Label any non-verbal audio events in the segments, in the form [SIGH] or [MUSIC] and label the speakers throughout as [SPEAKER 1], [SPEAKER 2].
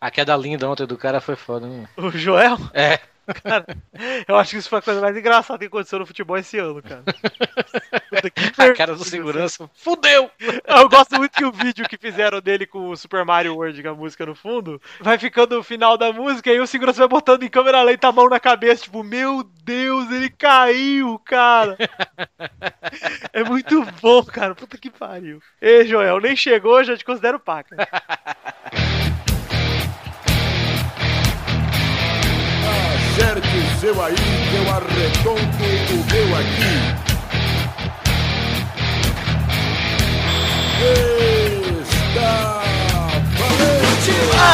[SPEAKER 1] A queda linda ontem do cara foi foda, né?
[SPEAKER 2] O Joel?
[SPEAKER 1] É.
[SPEAKER 2] Cara, eu acho que isso foi a coisa mais engraçada que aconteceu no futebol esse ano,
[SPEAKER 1] [LAUGHS]
[SPEAKER 2] cara. Puta que
[SPEAKER 1] A
[SPEAKER 2] merda.
[SPEAKER 1] cara do segurança. Fudeu!
[SPEAKER 2] Eu gosto muito que o vídeo que fizeram dele com o Super Mario World, com a música no fundo, vai ficando o final da música e o segurança vai botando em câmera lenta a mão na cabeça, tipo, meu Deus, ele caiu,
[SPEAKER 1] [LAUGHS]
[SPEAKER 2] cara. É muito bom, cara. Puta que pariu. Ei, Joel, nem chegou, já te considero paca.
[SPEAKER 3] Acerte o seu aí, que eu arredondo o meu aqui. Está valente!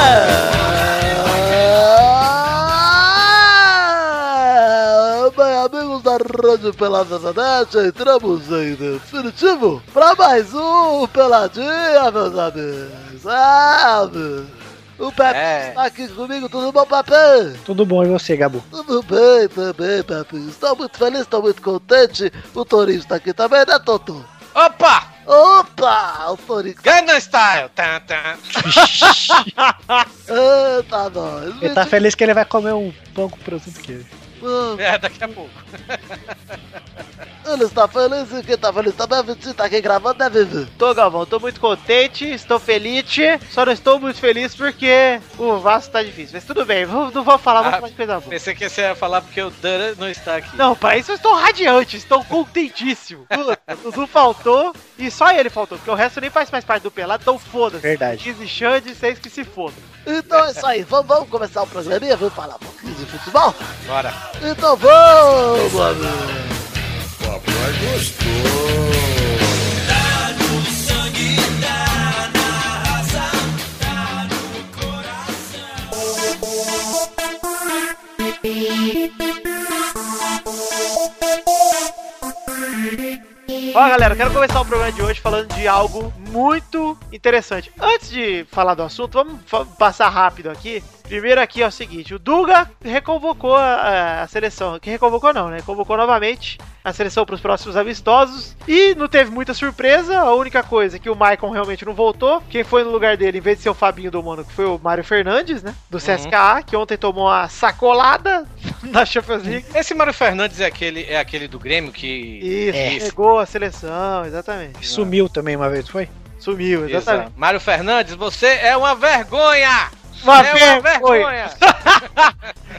[SPEAKER 4] Ah, Bem, amigos da Rádio Pelada Net, entramos em definitivo para mais um Peladinha, meus amigos. Ah, meu. o Pepe
[SPEAKER 1] É.
[SPEAKER 4] está aqui comigo, tudo bom, Pepe?
[SPEAKER 5] Tudo bom, e você, Gabu?
[SPEAKER 4] Tudo bem também, Pepe. Estou muito feliz, estou muito contente. O Torinho está aqui também, né, Toto?
[SPEAKER 1] Opa!
[SPEAKER 4] Opa, o Torinho.
[SPEAKER 1] Gangnam Style! Tá, Tan, tan.
[SPEAKER 4] Eita, nós.
[SPEAKER 5] Ele tá feliz que ele vai comer um pão com presunto e queijo.
[SPEAKER 4] Vamos.
[SPEAKER 1] É, daqui a pouco.
[SPEAKER 4] um. Ele está feliz e quem está feliz também é a Vitinho, tá aqui gravando, né, Vivi?
[SPEAKER 2] Tô, Galvão, tô muito contente, estou feliz, só não estou muito feliz porque o Vasco tá difícil. Mas tudo bem, vou- não vou falar, vou
[SPEAKER 1] Ah,
[SPEAKER 2] falar de coisa boa.
[SPEAKER 1] Pensei que você ia falar porque o Dana não está aqui.
[SPEAKER 2] Não, pra isso eu estou radiante, estou
[SPEAKER 4] [LAUGHS]
[SPEAKER 2] contentíssimo. Puta, Dudu faltou e só ele faltou, porque o resto nem faz mais parte do pelado, então foda-se.
[SPEAKER 5] Verdade.
[SPEAKER 2] Diz e Xande, vocês que se fodam.
[SPEAKER 4] Então é isso aí, vamos, vamos começar o programinha, vamos falar um pouquinho de futebol?
[SPEAKER 1] Bora.
[SPEAKER 4] Então vamos, amigo!
[SPEAKER 3] Papai gostou!
[SPEAKER 2] Ó, galera, quero começar o programa de hoje falando de algo muito interessante. Antes de falar do assunto, vamos fa- passar rápido aqui. Primeiro aqui é o seguinte, o Duga reconvocou a- a, a seleção, que reconvocou não, né? Convocou novamente a seleção para os próximos amistosos e não teve muita surpresa. A única coisa é que o Maicon realmente não voltou. Quem foi no lugar dele, em vez de ser o Fabinho do Mônaco, foi o Mário Fernandes, né? Do CSKA, que ontem tomou uma sacolada [LAUGHS] na Champions League
[SPEAKER 1] Esse Mário Fernandes é aquele, é aquele do Grêmio que.
[SPEAKER 2] e
[SPEAKER 1] É.
[SPEAKER 2] chegou a seleção, exatamente.
[SPEAKER 5] Sumiu também uma vez, foi?
[SPEAKER 2] Sumiu, exatamente.
[SPEAKER 1] Exato. Mário Fernandes, você é uma vergonha!
[SPEAKER 2] Uma
[SPEAKER 1] é uma
[SPEAKER 2] vergonha.
[SPEAKER 5] [LAUGHS]
[SPEAKER 1] vergonha!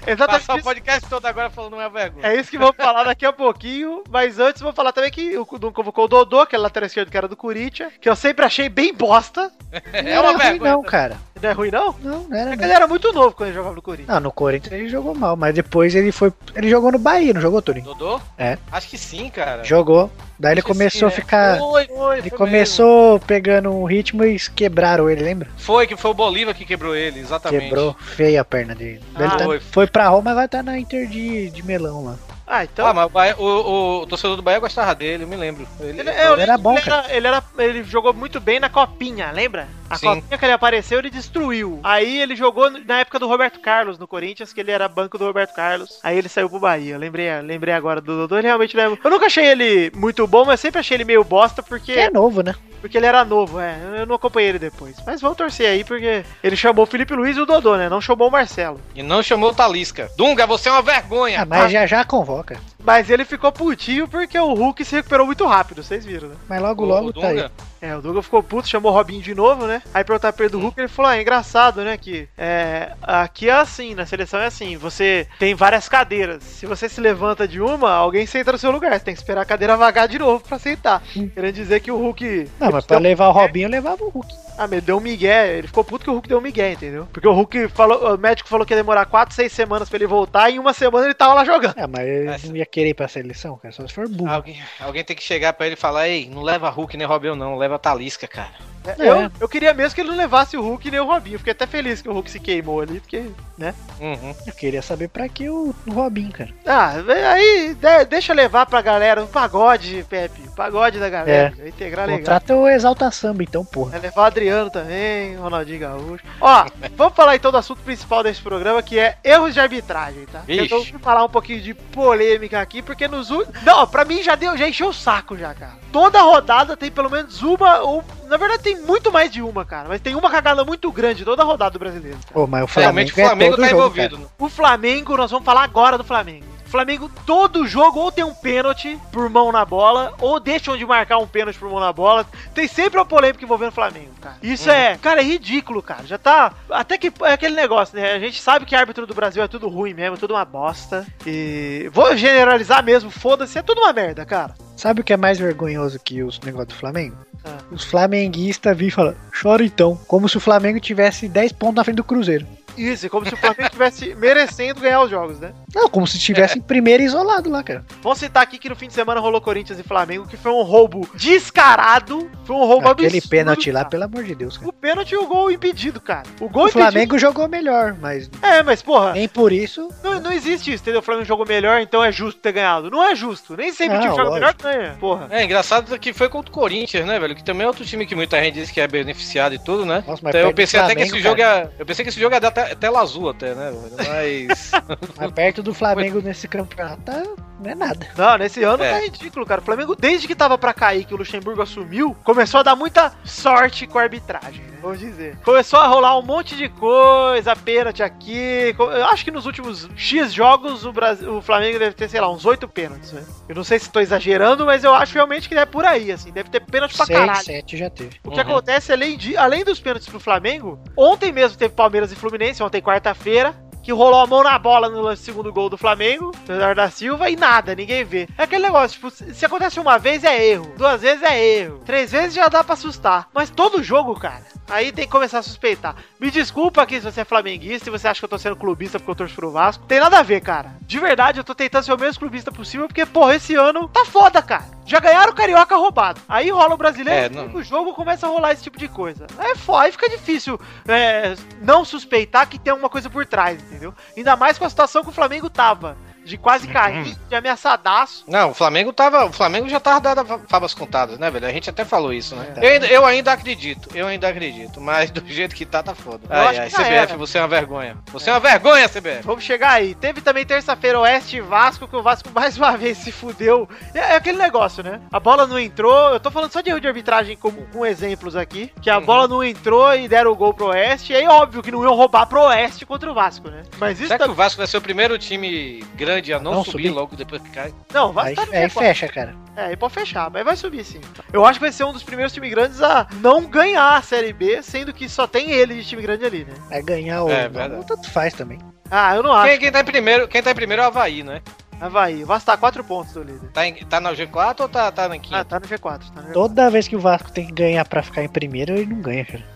[SPEAKER 1] Passar
[SPEAKER 2] Exatamente.
[SPEAKER 1] o podcast todo agora falando uma vergonha.
[SPEAKER 2] É isso que vamos falar daqui a pouquinho, mas antes vou falar também que o Kudum convocou o Dodô, que é lateral esquerdo que era do Corinthians, que eu sempre achei bem bosta.
[SPEAKER 1] É, uma
[SPEAKER 5] ruim,
[SPEAKER 1] vergonha.
[SPEAKER 5] não, cara.
[SPEAKER 2] Não é ruim, não?
[SPEAKER 5] Não, não era
[SPEAKER 2] É que
[SPEAKER 5] não.
[SPEAKER 2] ele era muito novo quando ele jogava no Corinthians.
[SPEAKER 5] Não, no Corinthians ele jogou mal, mas depois ele foi. Ele jogou no Bahia, não jogou, Turim?
[SPEAKER 1] Dodô?
[SPEAKER 5] É.
[SPEAKER 1] Acho que sim, cara.
[SPEAKER 5] Jogou. Daí ele
[SPEAKER 1] Acho que
[SPEAKER 5] começou a
[SPEAKER 1] sim, né?
[SPEAKER 5] ficar.
[SPEAKER 1] Foi, foi,
[SPEAKER 5] Ele
[SPEAKER 1] foi
[SPEAKER 5] começou pegando um ritmo e quebraram ele, lembra?
[SPEAKER 1] mesmo. Foi que foi o Bolívar que quebrou ele, exatamente.
[SPEAKER 5] Quebrou feia a perna dele. Daí
[SPEAKER 2] Ah,
[SPEAKER 5] ele tá-
[SPEAKER 1] foi.
[SPEAKER 5] foi pra Roma, mas vai estar na Inter de, de Melão lá.
[SPEAKER 2] Ah,
[SPEAKER 1] Então, ah,
[SPEAKER 2] então.
[SPEAKER 1] mas o, Bahia- o- o torcedor do Bahia gostava dele, eu me lembro. Ele,
[SPEAKER 2] Ele, é, eu
[SPEAKER 5] Ele
[SPEAKER 2] lembro
[SPEAKER 5] era
[SPEAKER 2] que
[SPEAKER 5] bom,
[SPEAKER 2] ele era- ele, era, ele jogou muito bem na copinha, lembra? A
[SPEAKER 1] Sim.
[SPEAKER 2] copinha que ele apareceu, ele destruiu. Aí ele jogou na época do Roberto Carlos no Corinthians, que ele era banco do Roberto Carlos. Aí ele saiu pro Bahia. Eu Lembrei, lembrei agora do Dodô, ele realmente lembra. Eu nunca achei ele muito bom, mas sempre achei ele meio bosta, porque.
[SPEAKER 5] Que é novo, né?
[SPEAKER 2] Porque ele era novo, é. Eu não acompanhei ele depois. Mas vamos torcer aí, porque ele chamou o Felipe Luiz e o Dodô, né? Não chamou o Marcelo.
[SPEAKER 1] E não chamou o Talisca. Dunga, você é uma vergonha!
[SPEAKER 5] Ah, mas já já convoca.
[SPEAKER 2] Mas ele ficou putinho porque o Hulk se recuperou muito rápido, vocês viram, né?
[SPEAKER 5] Mas logo, logo tá aí.
[SPEAKER 1] Dunga?
[SPEAKER 2] É, o Dunga ficou puto, chamou o Robinho de novo, né? Aí perguntaram pra ele do Hulk, ele falou, ah, é engraçado, né, que é, aqui é assim, na seleção é assim, você tem várias cadeiras, se você se levanta de uma, alguém senta no seu lugar, você tem que esperar a cadeira vagar de novo pra sentar. Querendo dizer que o Hulk...
[SPEAKER 5] Não, mas
[SPEAKER 1] Então,
[SPEAKER 5] pra levar o
[SPEAKER 1] é.
[SPEAKER 5] Robinho, eu levava o Hulk.
[SPEAKER 2] Ah, mas deu um migué. Ele ficou puto que o Hulk deu um migué, entendeu? Porque o Hulk falou, o médico falou que ia demorar 4, 6 semanas pra ele voltar e em uma semana ele tava lá jogando.
[SPEAKER 5] Ah, mas ele não ia querer ir pra seleção, cara, só se for burro.
[SPEAKER 1] Alguém, alguém tem que chegar pra ele e falar, ei, não leva Hulk nem Robel não, leva Talisca, cara.
[SPEAKER 5] É.
[SPEAKER 2] Eu, eu queria mesmo que ele não levasse o Hulk nem o Robinho. Fiquei até feliz que o Hulk se queimou ali, porque, né?
[SPEAKER 1] Uhum.
[SPEAKER 5] Eu queria saber pra que o, o Robinho, cara.
[SPEAKER 2] Ah, aí de- deixa levar pra galera o um pagode, Pepe. Pagode da galera. É.
[SPEAKER 1] Tá
[SPEAKER 2] Integrar legal.
[SPEAKER 5] Contrata o Exalta Samba, então, porra.
[SPEAKER 2] Vai levar o Adriano também, Ronaldinho Gaúcho. Ó, vamos falar então do assunto principal desse programa, que é erros de arbitragem, tá?
[SPEAKER 1] Vixe.
[SPEAKER 2] Eu vou falar um pouquinho de polêmica aqui, porque nos últimos... Não, pra mim já deu, já encheu o saco já, cara. Toda rodada tem pelo menos uma, ou... Na verdade tem muito mais de uma, cara. Mas tem uma cagada muito grande toda rodada do brasileiro. cara.
[SPEAKER 5] Pô, mas o Flamengo,
[SPEAKER 1] Realmente o Flamengo
[SPEAKER 5] é todo
[SPEAKER 1] tá
[SPEAKER 5] jogo,
[SPEAKER 1] envolvido.
[SPEAKER 5] cara.
[SPEAKER 1] né?
[SPEAKER 2] O Flamengo, nós vamos falar agora do Flamengo. O Flamengo, todo jogo, ou tem um pênalti por mão na bola, ou deixam de marcar um pênalti por mão na bola. Tem sempre uma polêmica envolvendo o Flamengo, cara.
[SPEAKER 5] Uhum.
[SPEAKER 2] Isso é, cara, é ridículo, cara. Já tá. Até que é aquele negócio, né? A gente sabe que árbitro do Brasil é tudo ruim mesmo, é tudo uma bosta. E vou generalizar mesmo, foda-se, é tudo uma merda, cara.
[SPEAKER 5] Sabe o que é mais vergonhoso que os negócios do Flamengo?
[SPEAKER 2] Ah.
[SPEAKER 5] Os flamenguistas vêm e falam, chora então. Como se o Flamengo tivesse 10 pontos na frente do Cruzeiro.
[SPEAKER 2] Isso, é como se o
[SPEAKER 5] [LAUGHS]
[SPEAKER 2] Flamengo estivesse merecendo ganhar os jogos, né?
[SPEAKER 5] Não, como se
[SPEAKER 1] É.
[SPEAKER 5] tivesse em primeiro isolado lá, cara.
[SPEAKER 2] Vamos citar aqui que no fim de semana rolou Corinthians e Flamengo, que foi um roubo descarado. Foi um roubo
[SPEAKER 5] Aquele
[SPEAKER 2] absurdo,
[SPEAKER 5] pênalti lá,
[SPEAKER 2] cara.
[SPEAKER 5] pelo amor de Deus, cara.
[SPEAKER 2] O pênalti e o gol impedido, cara. O gol
[SPEAKER 5] O
[SPEAKER 2] impedido.
[SPEAKER 5] Flamengo jogou melhor, mas
[SPEAKER 2] É, mas
[SPEAKER 1] Ah.
[SPEAKER 2] porra,
[SPEAKER 5] nem por isso.
[SPEAKER 2] não, não existe isso, entendeu? O Flamengo jogou melhor, então é justo ter ganhado. Não é justo. Nem sempre o time
[SPEAKER 5] Não,
[SPEAKER 2] joga melhor
[SPEAKER 5] lógico.
[SPEAKER 2] ganha. Porra.
[SPEAKER 1] É, engraçado que foi contra o Corinthians, né, velho? Que também é outro time que muita gente diz que é beneficiado e tudo, né?
[SPEAKER 5] Nossa,
[SPEAKER 1] Então, eu
[SPEAKER 5] perto do
[SPEAKER 1] pensei até que esse
[SPEAKER 5] Flamengo,
[SPEAKER 1] jogo
[SPEAKER 5] cara.
[SPEAKER 1] ia, Eu pensei que esse jogo ia dar te- tela azul até, né, velho?
[SPEAKER 5] [LAUGHS]
[SPEAKER 1] Mas.
[SPEAKER 5] Mas perto do Flamengo nesse campeonato tá- não é nada.
[SPEAKER 2] Não, nesse ano
[SPEAKER 1] É.
[SPEAKER 2] tá ridículo, cara. O Flamengo, desde que tava pra cair, que o Luxemburgo assumiu, começou a dar muita sorte com a arbitragem, né? Vamos dizer. Começou a rolar um monte de coisa, pênalti aqui. Co- Eu acho que nos últimos X jogos o, Brasil, o Flamengo deve ter, sei lá, uns oito pênaltis, né? Eu não sei se tô exagerando, mas eu acho realmente que é por aí, assim. Deve ter pênalti pra caralho.
[SPEAKER 5] 6, 7 já teve.
[SPEAKER 2] O que
[SPEAKER 1] Uhum.
[SPEAKER 2] acontece, além, de, além dos pênaltis pro Flamengo, ontem mesmo teve Palmeiras e Fluminense, ontem quarta-feira, que rolou a mão na bola no lance- segundo gol do Flamengo, do Eduardo da Silva, e nada, ninguém vê. É aquele negócio, tipo, se se acontece uma vez é erro, duas vezes é erro, três vezes já dá pra assustar. Mas todo jogo, cara, aí tem que começar a suspeitar. Me desculpa aqui se você é flamenguista e você acha que eu tô sendo clubista porque eu torço pro Vasco. Tem nada a ver, cara. De verdade, eu tô tentando ser o menos clubista possível porque, porra, esse ano tá foda, cara. Já ganharam o Carioca roubado. Aí rola o brasileiro,
[SPEAKER 1] É, não-
[SPEAKER 2] o jogo começa a rolar esse tipo de coisa. É foda, aí fica difícil é, não suspeitar que tem alguma coisa por trás, entendeu? Ainda mais com a situação que o Flamengo tava. De quase cair, de ameaçadaço.
[SPEAKER 1] Não, o Flamengo tava. O Flamengo já tava dado a fa- favas contadas, né, velho? A gente até falou isso, né?
[SPEAKER 5] É.
[SPEAKER 1] Eu, ainda, eu ainda acredito, eu ainda acredito. Mas do jeito que tá, tá foda.
[SPEAKER 2] Eu
[SPEAKER 1] Ai,
[SPEAKER 2] acho
[SPEAKER 1] ai,
[SPEAKER 2] que já
[SPEAKER 1] CBF,
[SPEAKER 2] era.
[SPEAKER 1] você é uma vergonha. Você é uma vergonha, CBF!
[SPEAKER 2] Vamos chegar aí. Teve também terça-feira Oeste e Vasco, que o Vasco [LAUGHS] mais uma vez se fudeu. É, é aquele negócio, né? A bola não entrou. Eu tô falando só de erro de arbitragem com, com exemplos aqui. Que a
[SPEAKER 1] Uhum.
[SPEAKER 2] bola não entrou e deram o gol pro Oeste. E aí, óbvio que não iam roubar pro Oeste contra o Vasco, né? Mas isso
[SPEAKER 1] Será que
[SPEAKER 2] também.
[SPEAKER 1] o Vasco vai ser o primeiro time grande a não,
[SPEAKER 5] Não
[SPEAKER 1] subir,
[SPEAKER 5] subir?
[SPEAKER 1] logo depois que cai?
[SPEAKER 2] Não, o Vasco
[SPEAKER 5] Aí,
[SPEAKER 2] tá no
[SPEAKER 5] aí
[SPEAKER 2] G4.
[SPEAKER 5] fecha, cara.
[SPEAKER 2] É, e pode fechar, mas vai subir sim. Eu acho que vai ser um dos primeiros times grandes a não ganhar a Série B, sendo que só tem ele de time grande ali, né?
[SPEAKER 5] Vai ganhar o.
[SPEAKER 1] É,
[SPEAKER 5] não,
[SPEAKER 1] verdade.
[SPEAKER 5] tanto faz também.
[SPEAKER 2] Ah, eu não acho.
[SPEAKER 1] Quem, quem tá em primeiro, quem tá em primeiro é o Havaí, né?
[SPEAKER 2] Havaí, o Vasco tá 4 pontos do líder.
[SPEAKER 1] Tá, em, tá na G4 ou tá, tá na
[SPEAKER 2] Ah,
[SPEAKER 1] quinta?
[SPEAKER 2] tá no G4, tá no G4.
[SPEAKER 5] Toda vez que o Vasco tem que ganhar pra ficar em primeiro, ele não ganha, cara.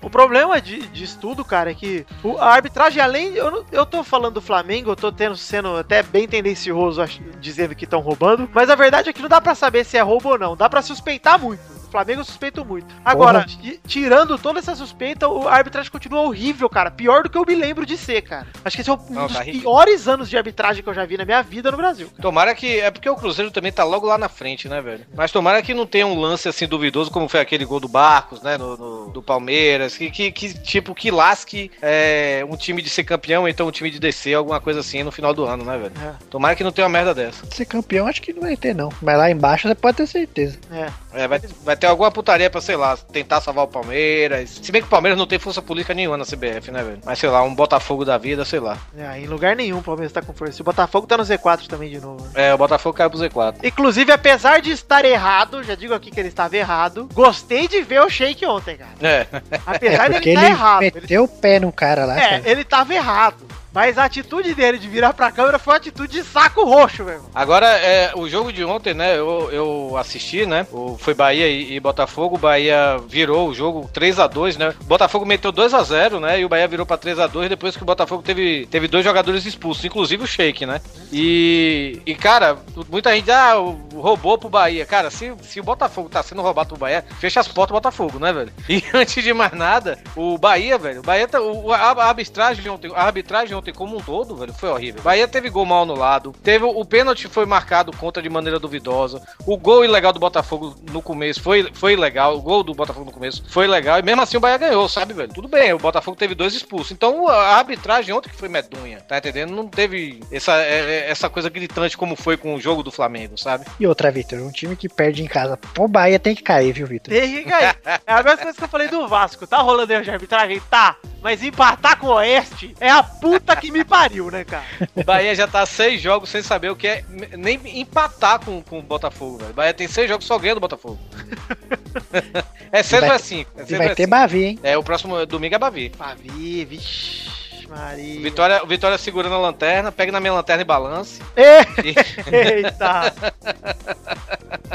[SPEAKER 2] O problema de, disso tudo, cara, é que o- a arbitragem, além. Eu, não- eu tô falando do Flamengo, eu tô tendo, sendo até bem tendencioso ach- dizendo que estão roubando, mas a verdade é que não dá pra saber se é roubo ou não, dá pra suspeitar muito. O Flamengo eu suspeito muito. Agora, ti- tirando toda essa suspeita, o a arbitragem continua horrível, cara. Pior do que eu me lembro de ser, cara. Acho que esse é um
[SPEAKER 1] Não,
[SPEAKER 2] dos
[SPEAKER 1] tá ridículo.
[SPEAKER 2] piores anos de arbitragem que eu já vi na minha vida no Brasil. cara.
[SPEAKER 1] Tomara que. É porque o Cruzeiro também tá logo lá na frente, né, velho? Mas tomara que não tenha um lance assim duvidoso, como foi aquele gol do Barcos, né? no- no- do Palmeiras. Que, que, que, tipo, que lasque é, um time de ser campeão, ou então um time de descer, alguma coisa assim no final do ano, né, velho?
[SPEAKER 2] É.
[SPEAKER 1] Tomara que não tenha uma merda dessa.
[SPEAKER 5] Ser campeão acho que não vai ter, não. Mas lá embaixo você pode ter certeza.
[SPEAKER 2] É.
[SPEAKER 1] É, vai, vai ter alguma putaria pra, sei lá, tentar salvar o Palmeiras. Se bem que o Palmeiras não tem força política nenhuma na CBF, né, velho? Mas sei lá, um Botafogo da vida, sei lá.
[SPEAKER 2] É, em lugar nenhum o Palmeiras tá com força. E O Botafogo tá no Z4 também de novo. né?
[SPEAKER 1] É, o Botafogo caiu pro Z4.
[SPEAKER 2] Inclusive, apesar de estar errado, já digo aqui que ele estava errado, gostei de ver o Shake ontem, cara.
[SPEAKER 1] É.
[SPEAKER 2] Apesar
[SPEAKER 5] é
[SPEAKER 2] dele
[SPEAKER 5] porque
[SPEAKER 2] estar
[SPEAKER 5] ele
[SPEAKER 2] tá errado. ele-
[SPEAKER 5] meteu o pé no cara lá,
[SPEAKER 2] é,
[SPEAKER 5] cara.
[SPEAKER 2] ele estava errado. Mas a atitude dele de virar pra câmera foi uma atitude de saco roxo, meu irmão.
[SPEAKER 1] Agora, é, o jogo de ontem, né? Eu, eu assisti, né? O, foi Bahia e, e Botafogo. O Bahia virou o jogo 3 a 2 né? O Botafogo meteu 2 a 0 né? E o Bahia virou pra 3 a 2 depois que o Botafogo teve, teve dois jogadores expulsos, inclusive o Sheik, né? E, e cara, muita gente, ah, o- roubou pro Bahia. Cara, se, se o Botafogo tá sendo roubado pro Bahia, fecha as portas do Botafogo, né, [LAUGHS] velho? E antes de mais nada, o Bahia, velho, o Bahia tá, o, a, a arbitragem ontem, a arbitragem ontem como um todo, velho, foi horrível. Bahia teve gol mal anulado, teve o pênalti foi marcado contra de maneira duvidosa, o gol ilegal do Botafogo no começo foi, foi legal, o gol do Botafogo no começo foi legal, e mesmo assim o Bahia ganhou, sabe, velho? Tudo bem, o Botafogo teve dois expulsos. Então a arbitragem ontem que foi medonha, tá entendendo? Não teve essa, é- é- essa coisa gritante como foi com o jogo do Flamengo, sabe?
[SPEAKER 5] E outra, Vitor, um time que perde em casa. O Bahia tem que cair, viu, Vitor?
[SPEAKER 2] Tem que cair. É a mesma coisa que eu falei do Vasco. Tá rolando erro de arbitragem? Tá. Mas empatar com o Oeste é a puta que me pariu, né, cara?
[SPEAKER 1] O Bahia já tá [LAUGHS] seis jogos sem saber o que é nem empatar com, com o Botafogo, velho. O Bahia tem seis jogos só ganhando o Botafogo. [LAUGHS] é seis
[SPEAKER 5] vai
[SPEAKER 1] ou é
[SPEAKER 5] ter-
[SPEAKER 1] cinco? É
[SPEAKER 5] E
[SPEAKER 1] seis ou
[SPEAKER 5] vai
[SPEAKER 1] é
[SPEAKER 5] ter
[SPEAKER 1] cinco?
[SPEAKER 5] Bavi, hein?
[SPEAKER 1] É, o próximo domingo é Bavi.
[SPEAKER 2] Pavi, vixi, Maria.
[SPEAKER 1] Vitória, Vitória segurando a lanterna, pega na minha lanterna e balance.
[SPEAKER 2] [LAUGHS] Eita.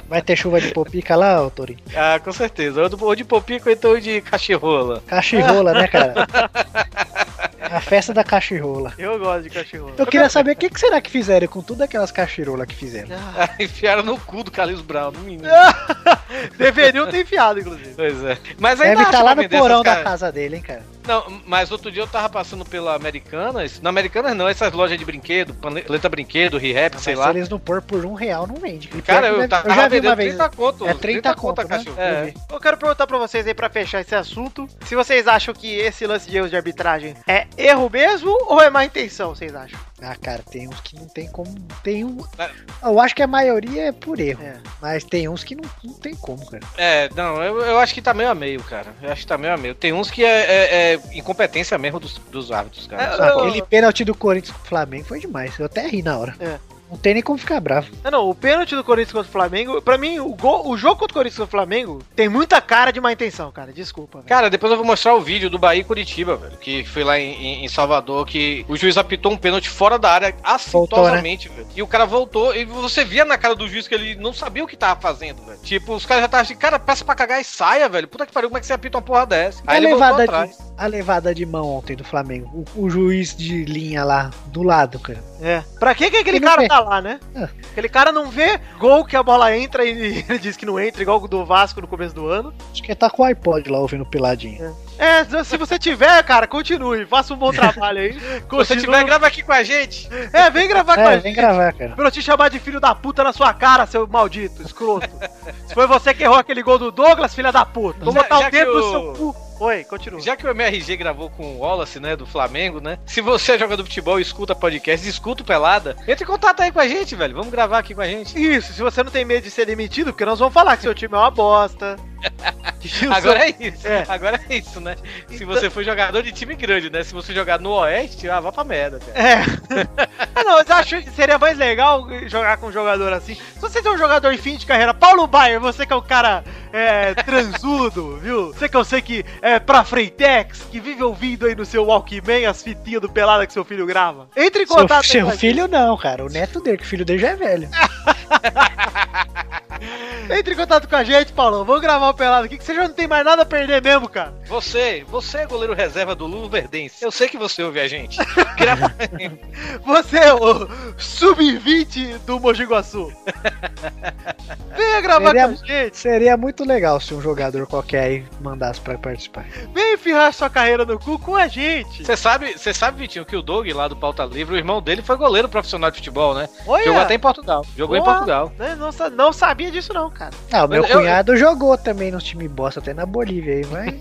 [SPEAKER 5] Vai ter chuva de popica lá, ô Torinho?
[SPEAKER 1] Ah, com certeza. Ou, do- ou de Popico ou então de Cachirrola. [LAUGHS]
[SPEAKER 5] Cachirrola, né, cara? A festa da cachirrola.
[SPEAKER 2] Eu gosto de cachorro.
[SPEAKER 5] Eu queria saber o que, que será que fizeram com todas aquelas cachirolas que fizeram.
[SPEAKER 1] Ah, Enfiaram no cu do Carlos Brown, no mínimo.
[SPEAKER 2] Deveriam ter enfiado, inclusive.
[SPEAKER 1] Pois é. Mas ainda
[SPEAKER 5] Deve
[SPEAKER 1] acho
[SPEAKER 5] estar
[SPEAKER 1] pra
[SPEAKER 5] lá no
[SPEAKER 1] vender essas
[SPEAKER 5] porão da
[SPEAKER 1] caras.
[SPEAKER 5] casa dele, hein, cara?
[SPEAKER 1] Não, mas outro dia eu tava passando pela Americanas. Na Americanas não, essas lojas de brinquedo, planeta brinquedo, re-rap, sei
[SPEAKER 5] Mas
[SPEAKER 1] lá.
[SPEAKER 5] Se eles não pôr por um real, não vende. E pior
[SPEAKER 1] Cara,
[SPEAKER 5] que
[SPEAKER 1] eu
[SPEAKER 5] deve-
[SPEAKER 1] tava
[SPEAKER 5] já vi uma
[SPEAKER 1] vendendo
[SPEAKER 5] vez.
[SPEAKER 1] 30 conto.
[SPEAKER 5] É 30 conto,
[SPEAKER 1] a
[SPEAKER 5] né?
[SPEAKER 1] cachorro.
[SPEAKER 5] Eu
[SPEAKER 1] É.
[SPEAKER 5] vi.
[SPEAKER 2] Eu quero perguntar pra vocês aí, pra fechar esse assunto, se vocês acham que esse lance de erros de arbitragem é erro mesmo ou é má intenção, vocês acham?
[SPEAKER 5] Ah, cara, tem uns que não tem como. Tem um.
[SPEAKER 1] Mas-
[SPEAKER 5] Eu acho que a maioria é por erro.
[SPEAKER 2] É.
[SPEAKER 5] Mas tem uns que não, não tem como, cara.
[SPEAKER 1] É, não, eu, eu acho que tá meio a meio, cara. Eu acho que tá meio a meio. Tem uns que é, é- é incompetência mesmo dos, dos árbitros, cara.
[SPEAKER 2] É, Eu-
[SPEAKER 5] Aquele pênalti do Corinthians com o Flamengo foi demais. Eu até ri na hora.
[SPEAKER 2] É.
[SPEAKER 5] Não tem nem como ficar bravo.
[SPEAKER 2] Ah, Não, não, o pênalti do Corinthians contra o Flamengo, pra mim, o, gol- o jogo contra o Corinthians contra o Flamengo tem muita cara de má intenção, cara. Desculpa, velho.
[SPEAKER 1] Cara, depois eu vou mostrar o vídeo do Bahia e Curitiba, velho, que foi lá em, em- em Salvador, que o juiz apitou um pênalti fora da área assintosamente, velho. E o cara voltou, e você via na cara do juiz que ele não sabia o que tava fazendo, velho. Tipo, os caras já estavam assim, cara, peça pra cagar e saia, velho. Puta que pariu, como é que você apita uma porra dessa?
[SPEAKER 5] A
[SPEAKER 1] Aí ele voltou
[SPEAKER 5] levada, de,
[SPEAKER 1] atrás.
[SPEAKER 5] a levada de mão ontem do Flamengo. O, o juiz de linha lá, do lado, cara.
[SPEAKER 2] É. Pra que, que aquele
[SPEAKER 5] Ele não
[SPEAKER 2] cara
[SPEAKER 5] vê.
[SPEAKER 2] tá lá, né?
[SPEAKER 5] É.
[SPEAKER 2] Aquele cara não vê gol que a bola entra e [LAUGHS] ele diz que não entra, igual o do Vasco no começo do ano.
[SPEAKER 5] Acho que tá com o iPod lá ouvindo Peladinha.
[SPEAKER 2] É, se você tiver, cara, continue. Faça um
[SPEAKER 5] [LAUGHS]
[SPEAKER 2] bom trabalho aí.
[SPEAKER 1] Se você tiver, grava aqui com a gente.
[SPEAKER 2] É, vem gravar com a
[SPEAKER 5] É,
[SPEAKER 2] gente.
[SPEAKER 5] vem gravar, cara.
[SPEAKER 2] Pra eu te chamar de filho da puta na sua cara, seu maldito, escroto. Se foi você que errou aquele gol do Douglas, filha da puta. Vou
[SPEAKER 1] Já-
[SPEAKER 2] botar
[SPEAKER 1] já
[SPEAKER 2] o dedo
[SPEAKER 1] que
[SPEAKER 2] no
[SPEAKER 1] o-
[SPEAKER 2] seu cu. Oi, continua.
[SPEAKER 1] Já que o MRG gravou com o Wallace, né, do Flamengo, né? Se você é jogador de futebol e escuta podcast, escuta o Pelada, entre em contato aí com a gente, velho. Vamos gravar aqui com a gente.
[SPEAKER 2] Isso, se você não tem medo de ser demitido, porque nós vamos falar que seu time é uma bosta.
[SPEAKER 1] [LAUGHS]
[SPEAKER 2] Que o
[SPEAKER 1] Agora é isso.
[SPEAKER 2] É.
[SPEAKER 1] Agora é isso, né? Se você for jogador de time grande, né? Se você jogar no Oeste, ah, vá pra merda, cara.
[SPEAKER 2] É. Ah, não, mas eu acho que seria mais legal jogar com um jogador assim. Se você tem um jogador em fim de carreira, Paulo Baier, você que é um cara é, transudo, [LAUGHS] viu? Você que eu sei que é pra Freitex, que vive ouvindo aí no seu Walkman as fitinhas do pelada que seu filho grava. Entre em
[SPEAKER 5] Seu,
[SPEAKER 2] contato aí
[SPEAKER 5] seu
[SPEAKER 2] com a
[SPEAKER 5] filho não, cara. O neto dele, que o filho dele já é velho.
[SPEAKER 2] gente. Entre em contato com a gente, Paulão. Vamos gravar o pelado aqui, que você já não tem mais nada a perder mesmo, cara.
[SPEAKER 1] Você, você é goleiro reserva do Luverdense. Eu sei que você ouve a gente. Grava-
[SPEAKER 2] Você é o sub-20 do Mogi
[SPEAKER 1] [LAUGHS]
[SPEAKER 2] Guaçu. Venha gravar
[SPEAKER 1] é
[SPEAKER 5] Seria-
[SPEAKER 2] com a gente.
[SPEAKER 5] Seria muito legal se um jogador qualquer aí mandasse pra participar.
[SPEAKER 2] Vem ferrar sua carreira no cu com a gente.
[SPEAKER 1] [LAUGHS] Você sabe, você sabe, Vitinho, que o Doug lá do Pauta Livre, o irmão dele foi goleiro profissional de futebol, né?
[SPEAKER 2] Olha.
[SPEAKER 1] Jogou até em Portugal. Jogou em
[SPEAKER 2] Porra.
[SPEAKER 1] Portugal.
[SPEAKER 2] Né? Não, sa- não sabia disso, não, cara.
[SPEAKER 5] Ah, o meu
[SPEAKER 1] Mas eu-
[SPEAKER 5] cunhado jogou também nos time bosta, até na Bolívia aí, mas.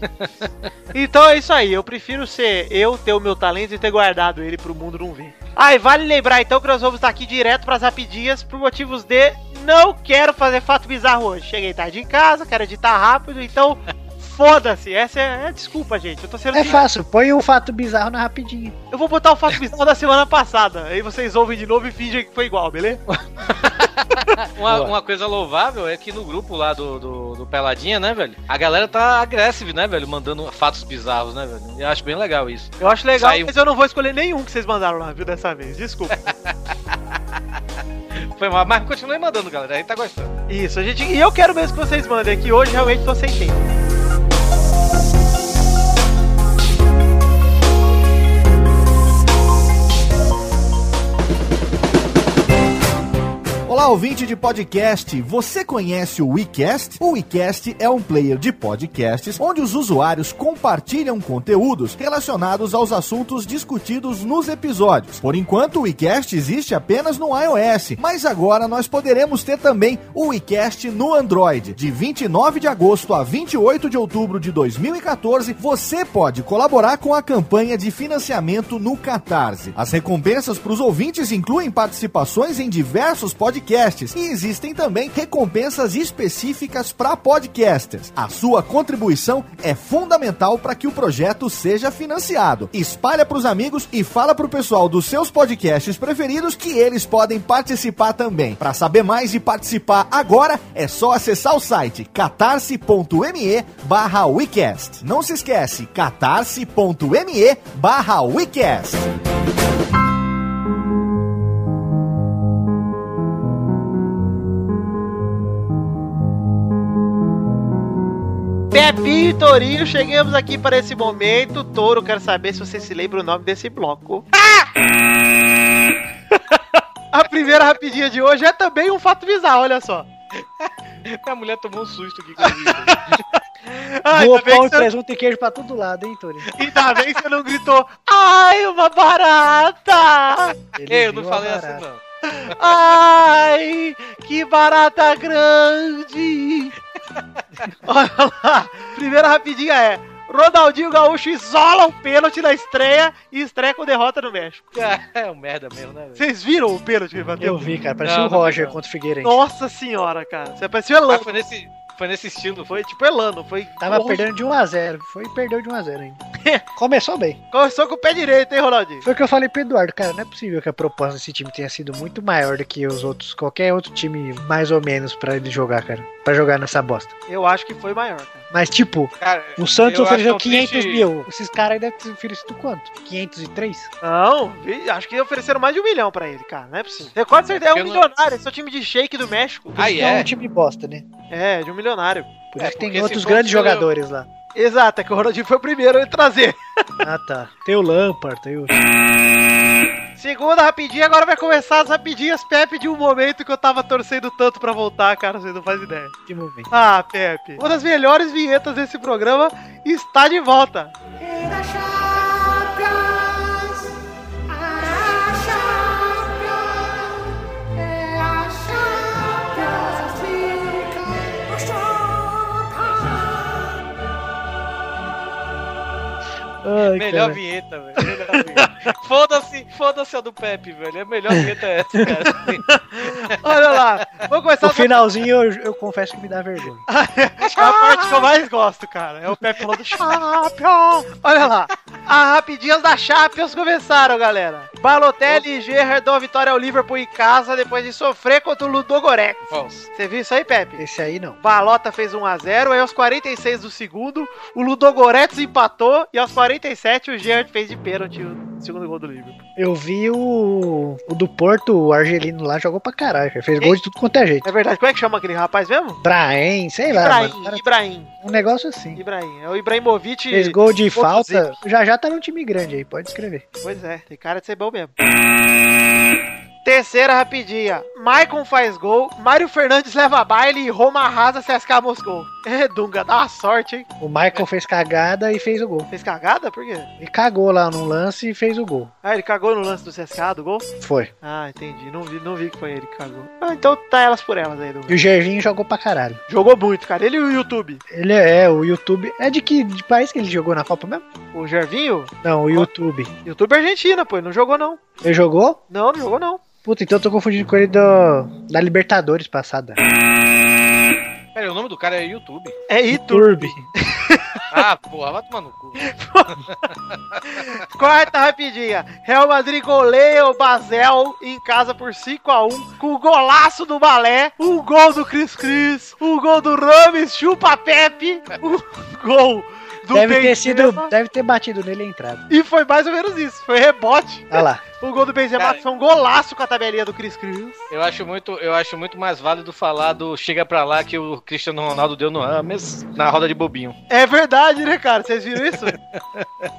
[SPEAKER 2] Então é isso aí. Eu prefiro ser eu, ter o meu talento e ter guardado ele pro mundo não ver. Ah, e vale lembrar então que nós vamos estar aqui direto pras rapidinhas por motivos de não quero fazer fato bizarro hoje. Cheguei tarde em casa, quero editar rápido, então [LAUGHS] foda-se. Essa é, é desculpa, gente. Eu tô sendo.
[SPEAKER 5] É
[SPEAKER 2] sincero.
[SPEAKER 5] fácil, põe um fato bizarro na rapidinha.
[SPEAKER 2] Eu vou botar o fato bizarro da semana passada. Aí vocês ouvem de novo e fingem que foi igual, beleza?
[SPEAKER 1] Uma,
[SPEAKER 5] Boa.
[SPEAKER 1] uma coisa louvável é que no grupo lá do, do, do Peladinha, né, velho? A galera tá agressiva, né, velho? Mandando fatos bizarros, né, velho? Eu acho bem legal isso.
[SPEAKER 2] Eu acho legal,
[SPEAKER 1] Saiu.
[SPEAKER 2] mas eu não vou escolher nenhum que vocês mandaram lá, viu, dessa vez. Desculpa.
[SPEAKER 1] Foi mal, mas continue mandando, galera. A gente tá [LAUGHS] gostando.
[SPEAKER 2] Isso, a gente. E eu quero mesmo que vocês mandem, que hoje realmente tô sem tempo.
[SPEAKER 5] Olá,
[SPEAKER 6] Olá, ouvinte de podcast. Você conhece o WeCast? O WeCast é um player de podcasts onde os usuários compartilham conteúdos relacionados aos assuntos discutidos nos episódios. Por enquanto, o WeCast existe apenas no iOS, mas agora nós poderemos ter também o WeCast no Android. De 29 de agosto a 28 de outubro de 2014, você pode colaborar com a campanha de financiamento no Catarse. As recompensas para os ouvintes incluem participações em diversos podcasts e existem também recompensas específicas para podcasters. A sua contribuição é fundamental para que o projeto seja financiado. Espalha para os amigos e fala para o pessoal dos seus podcasts preferidos que eles podem participar também. Para saber mais e participar agora, é só acessar o site catarse.me barra WeCast. Não se esquece, catarse.me barra WeCast.
[SPEAKER 2] Pepinho e Tourinho, chegamos aqui para esse momento. Touro, quero saber se você se lembra o nome desse bloco. [LAUGHS] A primeira rapidinha de hoje é também um fato bizarro, olha só.
[SPEAKER 1] Minha mulher tomou um susto aqui comigo. Ah,
[SPEAKER 2] Ai,
[SPEAKER 5] Boa
[SPEAKER 2] ainda, bem
[SPEAKER 5] pão e
[SPEAKER 2] que você,
[SPEAKER 5] presunto e queijo pra todo lado, hein, Tori?
[SPEAKER 2] ainda bem que você não gritou Ai, uma barata!
[SPEAKER 5] Ele
[SPEAKER 1] Eu não
[SPEAKER 5] viu a
[SPEAKER 1] falei
[SPEAKER 5] barata.
[SPEAKER 1] assim, não.
[SPEAKER 2] Ai, que barata grande! [LAUGHS] Olha lá, primeira rapidinha é Ronaldinho Gaúcho isola o pênalti na estreia e estreia com derrota no México.
[SPEAKER 1] [LAUGHS] É um merda mesmo, né? velho?
[SPEAKER 2] Vocês viram o pênalti que ele
[SPEAKER 5] Eu
[SPEAKER 2] bateu?
[SPEAKER 5] vi, cara. Parecia
[SPEAKER 1] Não,
[SPEAKER 5] o
[SPEAKER 1] não,
[SPEAKER 5] Roger
[SPEAKER 1] não.
[SPEAKER 5] contra o Figueirense.
[SPEAKER 2] Nossa senhora, cara. Você é parecia o
[SPEAKER 1] Ah,
[SPEAKER 2] Elano.
[SPEAKER 1] foi nesse, foi nesse estilo. Foi.
[SPEAKER 2] Foi tipo Elano. Foi
[SPEAKER 5] Tava
[SPEAKER 2] horror-
[SPEAKER 5] perdendo de 1x0. Foi e perdeu de 1x0
[SPEAKER 1] [LAUGHS]
[SPEAKER 5] ainda. Começou bem.
[SPEAKER 2] Começou com o pé direito, hein, Ronaldinho?
[SPEAKER 5] Foi o que eu falei pro Eduardo, cara. Não é possível que a proposta desse time tenha sido muito maior do que os outros, qualquer outro time, mais ou menos, pra ele jogar, cara. Pra jogar nessa bosta.
[SPEAKER 2] Eu acho que foi maior, cara.
[SPEAKER 5] Mas, tipo,
[SPEAKER 1] Cara,
[SPEAKER 5] o Santos
[SPEAKER 1] eu acho
[SPEAKER 5] ofereceu
[SPEAKER 1] um
[SPEAKER 5] 500
[SPEAKER 1] triste-
[SPEAKER 5] mil. Esses caras aí devem ter oferecido quanto? 503?
[SPEAKER 2] Não, vi- acho que ofereceram mais de um milhão pra ele, cara. Não é possível. Você quase certeza é um
[SPEAKER 1] Eu não-
[SPEAKER 2] milionário. Esse é o time de shake do México.
[SPEAKER 1] Ah,
[SPEAKER 5] Isso não é um
[SPEAKER 1] é?
[SPEAKER 5] time bosta, né?
[SPEAKER 2] É, de um milionário.
[SPEAKER 5] Por
[SPEAKER 1] É,
[SPEAKER 5] isso que
[SPEAKER 1] porque
[SPEAKER 5] tem
[SPEAKER 1] se
[SPEAKER 5] outros
[SPEAKER 1] fosse
[SPEAKER 5] grandes
[SPEAKER 1] o-
[SPEAKER 5] jogadores lá.
[SPEAKER 2] Exato, é que o Ronaldinho foi o primeiro a trazer.
[SPEAKER 5] Ah, tá. Tem o Lampard, tem
[SPEAKER 1] [LAUGHS]
[SPEAKER 5] o...
[SPEAKER 2] Segunda rapidinha, agora vai começar as rapidinhas, Pepe, de um momento que eu tava torcendo tanto pra voltar, cara, você não faz ideia.
[SPEAKER 5] Que momento.
[SPEAKER 2] Ah, Pepe, uma das melhores vinhetas desse programa está de volta.
[SPEAKER 7] Era Champions, a Champions, é a Champions League, a Champions.
[SPEAKER 5] Ai,
[SPEAKER 1] Melhor
[SPEAKER 5] cara.
[SPEAKER 1] vinheta, velho. Melhor vinheta. Foda-se, foda-se a do Pepe, velho. É a melhor vinheta
[SPEAKER 5] [LAUGHS]
[SPEAKER 1] essa, cara.
[SPEAKER 2] Olha lá, vamos
[SPEAKER 1] Tá
[SPEAKER 2] começar
[SPEAKER 5] O
[SPEAKER 2] com
[SPEAKER 5] finalzinho eu, eu confesso que me dá vergonha.
[SPEAKER 2] a parte que eu mais gosto, cara. É o Pepe falando Champions. Olha lá, as rapidinhas da Champions começaram, galera. Balotelli e Gerrard dão a vitória ao Liverpool em casa depois de sofrer contra o Ludogorets.
[SPEAKER 1] Falso.
[SPEAKER 2] Você viu isso aí, Pepe?
[SPEAKER 5] Esse aí não.
[SPEAKER 2] Balota fez 1x0, aí aos 46 do segundo, o Ludogorets empatou e aos 47 o Gerard fez de pênalti o segundo gol do Liverpool.
[SPEAKER 5] Eu vi o, o do Porto, o argelino lá, jogou pra caralho. cara. Fez gol de tudo quanto é jeito.
[SPEAKER 2] É verdade, como é que chama aquele rapaz mesmo?
[SPEAKER 5] Braen, sei lá,
[SPEAKER 2] Ibrahim,
[SPEAKER 5] mano. Cara,
[SPEAKER 2] Ibrahim,
[SPEAKER 5] Um negócio assim.
[SPEAKER 2] Ibrahim. É o Ibrahimovic.
[SPEAKER 5] Fez gol de
[SPEAKER 2] outro
[SPEAKER 5] falta. Já já tá num time grande aí, pode escrever.
[SPEAKER 2] Pois é, tem cara de ser bom mesmo. Terceira rapidinha. Maicon faz gol, Mário Fernandes leva baile e Roma arrasa CSK Moscou. [LAUGHS] É, Dunga, dá uma sorte, hein?
[SPEAKER 5] O Michael fez cagada e fez o gol.
[SPEAKER 2] Fez cagada? Por quê?
[SPEAKER 5] Ele cagou lá num lance e fez o gol.
[SPEAKER 2] Ah, ele cagou no lance do CSK, do gol?
[SPEAKER 5] Foi.
[SPEAKER 2] Ah, entendi. Não vi, não vi que foi ele que cagou. Ah, então tá elas por elas aí, Dunga.
[SPEAKER 5] E o Gervinho jogou pra caralho.
[SPEAKER 2] Jogou muito, cara. Ele e o YouTube.
[SPEAKER 5] Ele é, o YouTube. É de que de país que ele jogou na Copa mesmo?
[SPEAKER 2] O Gervinho,
[SPEAKER 5] Não, o YouTube.
[SPEAKER 2] YouTube Argentina, pô. Ele não jogou, não.
[SPEAKER 5] Ele jogou?
[SPEAKER 2] Não, não jogou, não.
[SPEAKER 5] Puta, então eu tô confundindo com ele do, da Libertadores passada.
[SPEAKER 1] Pera, o nome do cara é YouTube.
[SPEAKER 2] É YouTube.
[SPEAKER 5] Turbi.
[SPEAKER 1] Ah, porra, vai tomar no cu.
[SPEAKER 2] Quarta rapidinha. Real Madrid goleia o Basel em casa por 5x1. Com o golaço do balé. Um gol do Cris Cris. Um gol do Rames. Chupa Pepe. Um gol. do
[SPEAKER 5] deve ter
[SPEAKER 2] Benzema.
[SPEAKER 5] sido. Deve ter batido nele a entrada.
[SPEAKER 2] E foi mais ou menos isso. Foi rebote.
[SPEAKER 5] Olha lá.
[SPEAKER 2] O gol do Benzema
[SPEAKER 1] Cara.
[SPEAKER 2] foi um golaço com a tabelinha do Cris Cris.
[SPEAKER 1] Eu acho muito, eu acho muito mais válido falar do chega pra lá que o Cristiano Ronaldo deu no Rames na roda de bobinho.
[SPEAKER 2] É verdade, né, cara? Vocês viram
[SPEAKER 5] [LAUGHS]
[SPEAKER 2] isso?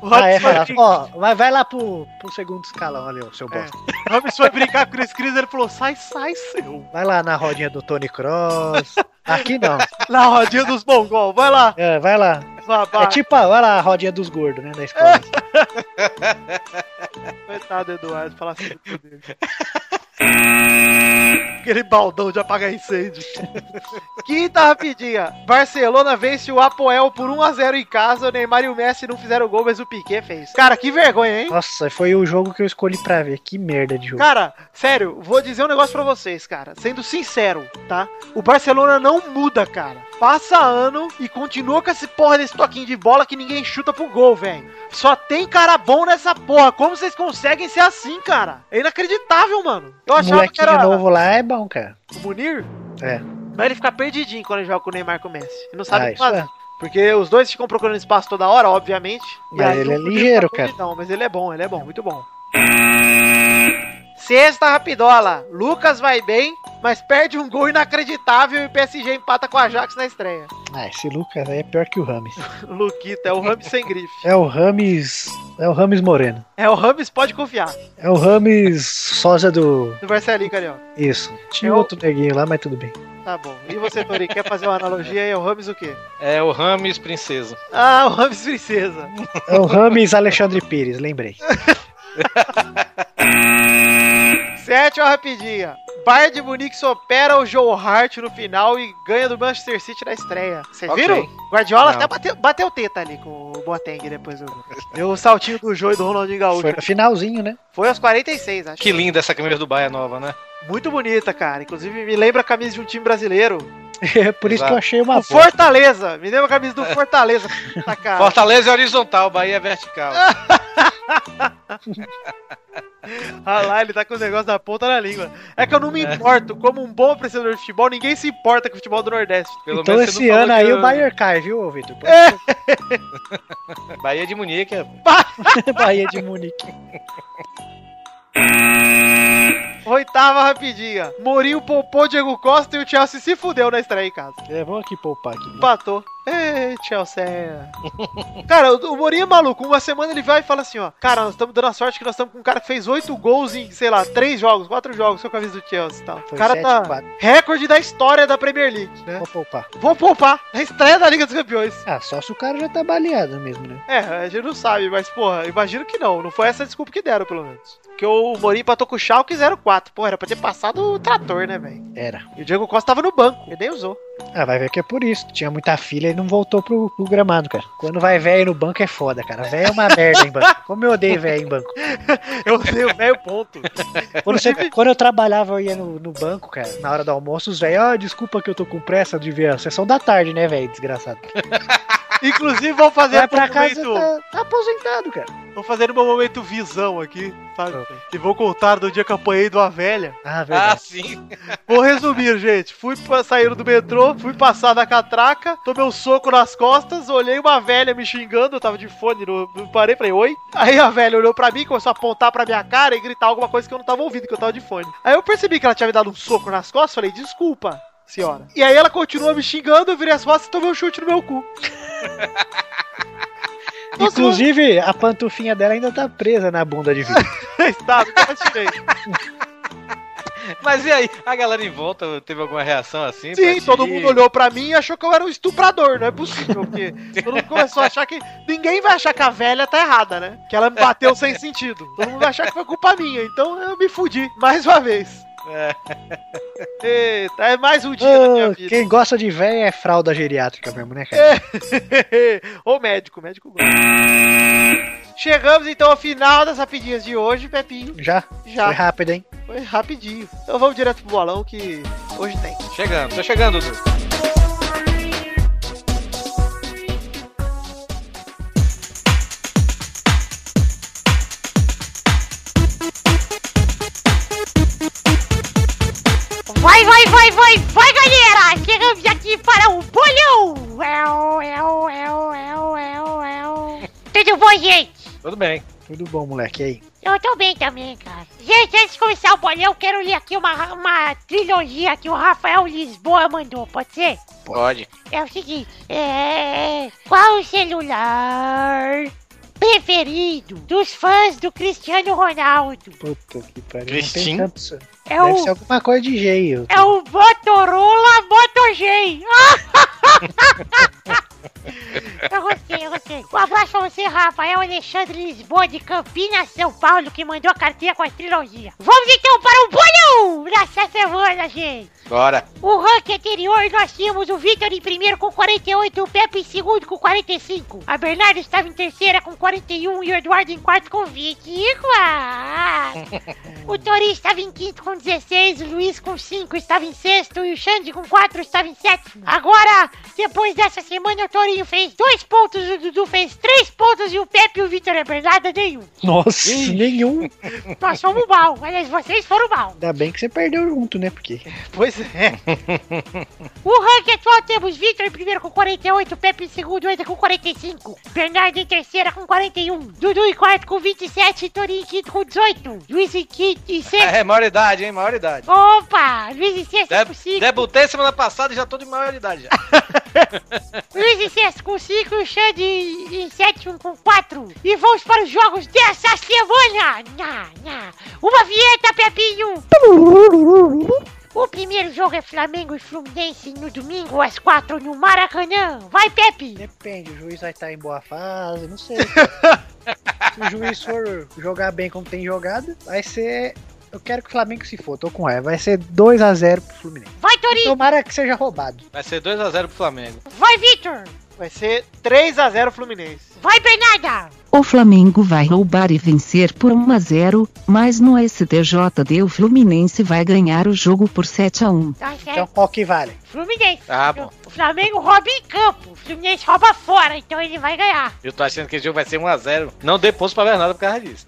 [SPEAKER 2] O
[SPEAKER 5] Ah, é,
[SPEAKER 2] Ramos
[SPEAKER 5] fala,
[SPEAKER 2] foi,
[SPEAKER 5] ó, vai, vai lá pro, pro segundo escalão ali,
[SPEAKER 2] É.
[SPEAKER 5] ô, seu bosta.
[SPEAKER 2] o Ramos foi brincar com o Cris Cris ele falou: sai, sai, seu.
[SPEAKER 5] Vai lá na rodinha do
[SPEAKER 2] [LAUGHS]
[SPEAKER 5] Tony Cross. Aqui não.
[SPEAKER 2] Na rodinha dos mongol. Vai lá,
[SPEAKER 5] É, vai lá.
[SPEAKER 2] babá.
[SPEAKER 5] É tipo, a- vai lá a rodinha dos gordos, né? Da escola.
[SPEAKER 2] É. Coitado do Eduardo, falar assim do dele. Aquele baldão de apagar incêndio. Quinta rapidinha. Barcelona vence o Apoel por 1x0 em casa. O Neymar e o Messi não fizeram gol, mas o Piquet fez. Cara, que vergonha, hein?
[SPEAKER 5] Nossa, foi o jogo que eu escolhi pra ver. Que merda de jogo.
[SPEAKER 2] Cara, sério, vou dizer um negócio pra vocês, cara. Sendo sincero, tá? O Barcelona não muda, cara. Passa ano e continua com esse porra desse toquinho de bola que ninguém chuta pro gol, velho. Só tem cara bom nessa porra. Como vocês conseguem ser assim, cara? É inacreditável, mano. Eu
[SPEAKER 5] O
[SPEAKER 2] achava que
[SPEAKER 5] molequinho
[SPEAKER 2] era
[SPEAKER 5] novo lá é bom, cara.
[SPEAKER 2] o Munir.
[SPEAKER 5] É.
[SPEAKER 2] Mas ele fica perdidinho quando ele joga com o Neymar e com o Messi. Ele não
[SPEAKER 5] Ah,
[SPEAKER 2] sabe o que
[SPEAKER 5] isso
[SPEAKER 2] fazer.
[SPEAKER 5] é.
[SPEAKER 2] Porque os dois ficam procurando espaço toda hora, obviamente. E
[SPEAKER 5] Mas
[SPEAKER 2] aí
[SPEAKER 5] ele é
[SPEAKER 2] o Rodrigo
[SPEAKER 5] ligeiro,
[SPEAKER 2] tá
[SPEAKER 5] cara.
[SPEAKER 2] Não, mas ele é bom, ele é bom, muito bom. Sexta rapidola. Lucas vai bem, mas perde um gol inacreditável e o PSG empata com a Ajax na estreia. [LAUGHS]
[SPEAKER 5] Ah, esse Lucas aí é pior que o Rames.
[SPEAKER 2] Luquita, é o Rams sem grife.
[SPEAKER 5] É o Rames. É o Rames Moreno.
[SPEAKER 2] É o Rams, pode confiar.
[SPEAKER 5] É o Rames sósia do.
[SPEAKER 2] Do Marcelinho, Carioca.
[SPEAKER 5] Isso. Tinha
[SPEAKER 2] Eu-
[SPEAKER 5] outro neguinho lá, mas tudo bem.
[SPEAKER 2] Tá bom. E você, Tori, quer fazer uma analogia? É o Rams o quê?
[SPEAKER 1] É o Rames princesa.
[SPEAKER 2] Ah, o Rams princesa.
[SPEAKER 5] É o Rames Alexandre Pires, lembrei.
[SPEAKER 2] Sétima rapidinha. Bayern de Munique supera o Joe Hart no final e ganha do Manchester City na estreia. Vocês
[SPEAKER 1] Ok.
[SPEAKER 2] viram? Guardiola
[SPEAKER 1] Não.
[SPEAKER 2] até bateu, bateu teta ali com o Boateng depois do jogo. Deu o saltinho do Joe e do Ronaldinho
[SPEAKER 1] É
[SPEAKER 2] Gaúcho.
[SPEAKER 5] Foi
[SPEAKER 2] Foi,
[SPEAKER 5] no finalzinho, né? [LAUGHS]
[SPEAKER 2] aos 46, acho.
[SPEAKER 1] Que linda essa câmera do Bahia nova, né?
[SPEAKER 2] Muito bonita, cara. Inclusive, me lembra a camisa de um time brasileiro.
[SPEAKER 5] É por isso que eu
[SPEAKER 1] Exato.
[SPEAKER 5] achei uma
[SPEAKER 2] O
[SPEAKER 5] boa.
[SPEAKER 2] Fortaleza. Me lembra a camisa do Fortaleza. Puta,
[SPEAKER 5] Ah.
[SPEAKER 2] cara.
[SPEAKER 1] Fortaleza é horizontal, Bahia é vertical.
[SPEAKER 2] Ah lá, ele tá com os negócios da ponta na língua. É que eu não me importo. Como um bom apreciador de futebol, ninguém se importa com o futebol do Nordeste.
[SPEAKER 1] Pelo
[SPEAKER 5] então
[SPEAKER 1] menos você não
[SPEAKER 5] esse
[SPEAKER 1] falou
[SPEAKER 5] ano
[SPEAKER 1] que
[SPEAKER 5] aí
[SPEAKER 1] eu-
[SPEAKER 5] o Bayern cai, viu, ô, Vitor?
[SPEAKER 1] Bahia de Munique. é-
[SPEAKER 5] [LAUGHS] Bahia de Munique.
[SPEAKER 2] Oitava rapidinha. Mourinho poupou Diego Costa e o Chelsea se fudeu na estreia em casa.
[SPEAKER 5] É, vamos aqui poupar aqui.
[SPEAKER 2] Empatou. Ei, Chelsea. cara, o o Mourinho é maluco. Uma semana ele vai e fala assim, ó. Cara, nós estamos dando a sorte que nós estamos com um cara que fez oito gols em, sei lá, três jogos, quatro jogos com a camisa do Chelsea e tal.
[SPEAKER 5] Foi
[SPEAKER 2] o cara tá
[SPEAKER 5] 7-4.
[SPEAKER 2] recorde da história da Premier League, né?
[SPEAKER 5] Vamos poupar.
[SPEAKER 2] Vou poupar na estreia da Liga dos Campeões.
[SPEAKER 5] Ah, só se o cara já tá baleado mesmo, né?
[SPEAKER 2] É, a gente não sabe, mas, porra, imagino que não. Não foi essa a desculpa que deram, pelo menos. Porque o Mourinho empatou com o Schalke 04. Porra, era pra ter passado o trator, né, velho?
[SPEAKER 5] Era.
[SPEAKER 2] E o Diego Costa tava no banco, ele nem usou.
[SPEAKER 5] Ah, vai ver que é por isso. Tinha muita filha e não voltou pro, pro gramado, cara. Quando vai velho no banco é foda, cara. Velho é uma merda em banco. Como eu odeio velho em banco.
[SPEAKER 2] Eu usei o velho ponto.
[SPEAKER 5] Quando, você- quando eu trabalhava, eu ia no, no banco, cara, na hora do almoço, os velhos, ah, desculpa que eu tô com pressa de ver a sessão da tarde, né, velho, desgraçado.
[SPEAKER 2] Inclusive, vou fazer
[SPEAKER 5] Vai
[SPEAKER 2] no
[SPEAKER 5] pra
[SPEAKER 2] meu
[SPEAKER 5] casa,
[SPEAKER 2] momento.
[SPEAKER 5] tá, tá aposentado, cara.
[SPEAKER 2] Vou fazer no meu momento visão aqui, sabe?
[SPEAKER 5] Tá.
[SPEAKER 2] E vou contar do dia que eu apanhei de uma velha.
[SPEAKER 5] Ah,
[SPEAKER 1] Ah,
[SPEAKER 5] verdade.
[SPEAKER 1] sim.
[SPEAKER 2] Vou resumir, gente. Fui pra- sair do metrô, fui passar na catraca, tomei um soco nas costas, olhei uma velha me xingando, eu tava de fone, não, não parei, falei, oi. Aí a velha olhou pra mim, começou a apontar pra minha cara e gritar alguma coisa que eu não tava ouvindo, que eu tava de fone. Aí eu percebi que ela tinha me dado um soco nas costas, falei, desculpa, senhora. E aí ela continua me xingando, eu virei as costas e tomei um chute no meu cu. [LAUGHS]
[SPEAKER 5] Inclusive, a pantufinha dela ainda tá presa na bunda
[SPEAKER 2] [LAUGHS]
[SPEAKER 5] de vidro.
[SPEAKER 2] tá, nunca mais tirei.
[SPEAKER 1] Mas e aí? A galera em volta teve alguma reação assim? pra
[SPEAKER 2] Sim,
[SPEAKER 1] ti?
[SPEAKER 2] todo mundo olhou pra mim e achou que eu era um estuprador, não é possível, porque todo mundo começou a achar que. Ninguém vai achar que a velha tá errada, né? Que ela me bateu sem sentido. Todo mundo vai achar que foi culpa minha, então eu me fudi mais uma vez.
[SPEAKER 5] É.
[SPEAKER 2] Eita, é mais um dia da minha
[SPEAKER 5] Ah,
[SPEAKER 2] vida.
[SPEAKER 5] quem gosta de velho é fralda geriátrica mesmo, né, cara?
[SPEAKER 2] Ou médico, médico gosta. Chegamos então ao final das rapidinhas de hoje, Pepinho.
[SPEAKER 5] Já?
[SPEAKER 2] É. Já.
[SPEAKER 5] Foi rápido, hein?
[SPEAKER 2] Foi rapidinho. Então vamos direto pro bolão que hoje tem.
[SPEAKER 1] Chegando, tô chegando, Dudu.
[SPEAKER 7] Vai, vai, vai, vai, vai, galera! Chegamos aqui para o bolhão! É, é, é, é, é, é, bom, gente?
[SPEAKER 1] Tudo bem.
[SPEAKER 5] Tudo bom, moleque? E aí?
[SPEAKER 7] Eu tô bem também, cara. Gente, antes de começar o bolão, eu quero ler aqui uma, uma trilogia que o Rafael Lisboa mandou, pode ser?
[SPEAKER 1] Pode.
[SPEAKER 7] É o seguinte, é... Qual o celular preferido dos fãs do Cristiano Ronaldo?
[SPEAKER 5] Puta que pariu.
[SPEAKER 1] Cristin?
[SPEAKER 5] Não tem tanto...
[SPEAKER 7] É
[SPEAKER 5] Deve
[SPEAKER 7] o...
[SPEAKER 5] ser alguma coisa de jeito.
[SPEAKER 7] É o Motorola Moto G. [LAUGHS] eu gostei, eu gostei. Um abraço pra você, Rafael Alexandre Lisboa, de Campinas, São Paulo, que mandou a cartinha com a trilogia. Vamos então para o bolão dessa semana, gente.
[SPEAKER 1] Bora.
[SPEAKER 7] O ranking anterior nós tínhamos o Vitor em primeiro com 48, o Pepe em segundo com 45. A Bernardo estava em terceira com 41 e o Eduardo em quarto com 25. Ah! O Tori estava em quinto com 16, o Luiz com 5 estava em sexto e o Xande com 4 estava em sétimo. Agora, depois dessa semana, o Torinho fez 2 pontos, o Dudu fez 3 pontos e o Pepe e o Vitor e a Bernardo nenhum.
[SPEAKER 5] Nossa, nenhum.
[SPEAKER 7] Nós fomos mal, aliás, vocês foram mal.
[SPEAKER 5] Ainda bem que você perdeu junto, né? Porque
[SPEAKER 2] Pois é.
[SPEAKER 7] O ranking atual temos Victor em primeiro com 48, Pepe em segundo, Eda com 45, Bernardo em terceira com 41, Dudu em quarto com 27, Torinho em quinto com 18, Luiz em quinto e sexto.
[SPEAKER 1] É, maior idade, hein? Maior idade.
[SPEAKER 7] Opa! Luiz em sexto
[SPEAKER 1] Deb
[SPEAKER 7] com 5,
[SPEAKER 1] debutei semana passada e já tô de maior idade já.
[SPEAKER 7] Luiz em sexto com 5, o Xande em sétimo com 4. E vamos para os jogos dessa semana! Nha, nha. Uma vinheta, Pepinho! O primeiro jogo é Flamengo e Fluminense no domingo às 4 no Maracanã. Vai, Pepe!
[SPEAKER 5] depende, o juiz vai estar em boa fase, não
[SPEAKER 1] [LAUGHS]
[SPEAKER 5] sei. se o juiz for jogar bem como tem jogado, vai ser. Eu quero que o Flamengo se for, tô com raiva. Vai ser 2x0 pro Fluminense.
[SPEAKER 7] Vai, Torinho!
[SPEAKER 5] Tomara que seja roubado.
[SPEAKER 1] Vai ser 2x0 pro Flamengo.
[SPEAKER 7] Vai, Victor!
[SPEAKER 2] Vai ser 3x0 Fluminense.
[SPEAKER 7] Vai, Bernarda!
[SPEAKER 8] O Flamengo vai roubar e vencer por 1 a 0, mas no STJD o Fluminense vai ganhar o jogo por 7 a 1.
[SPEAKER 7] Tá certo.
[SPEAKER 2] É.
[SPEAKER 5] Então, qual que vale?
[SPEAKER 7] Fluminense.
[SPEAKER 1] Ah, bom.
[SPEAKER 7] O Flamengo rouba em campo. O Fluminense rouba fora, então ele vai ganhar.
[SPEAKER 1] Eu tô achando que esse jogo vai ser 1x0. Não dê pontos pra Bernardo por causa disso.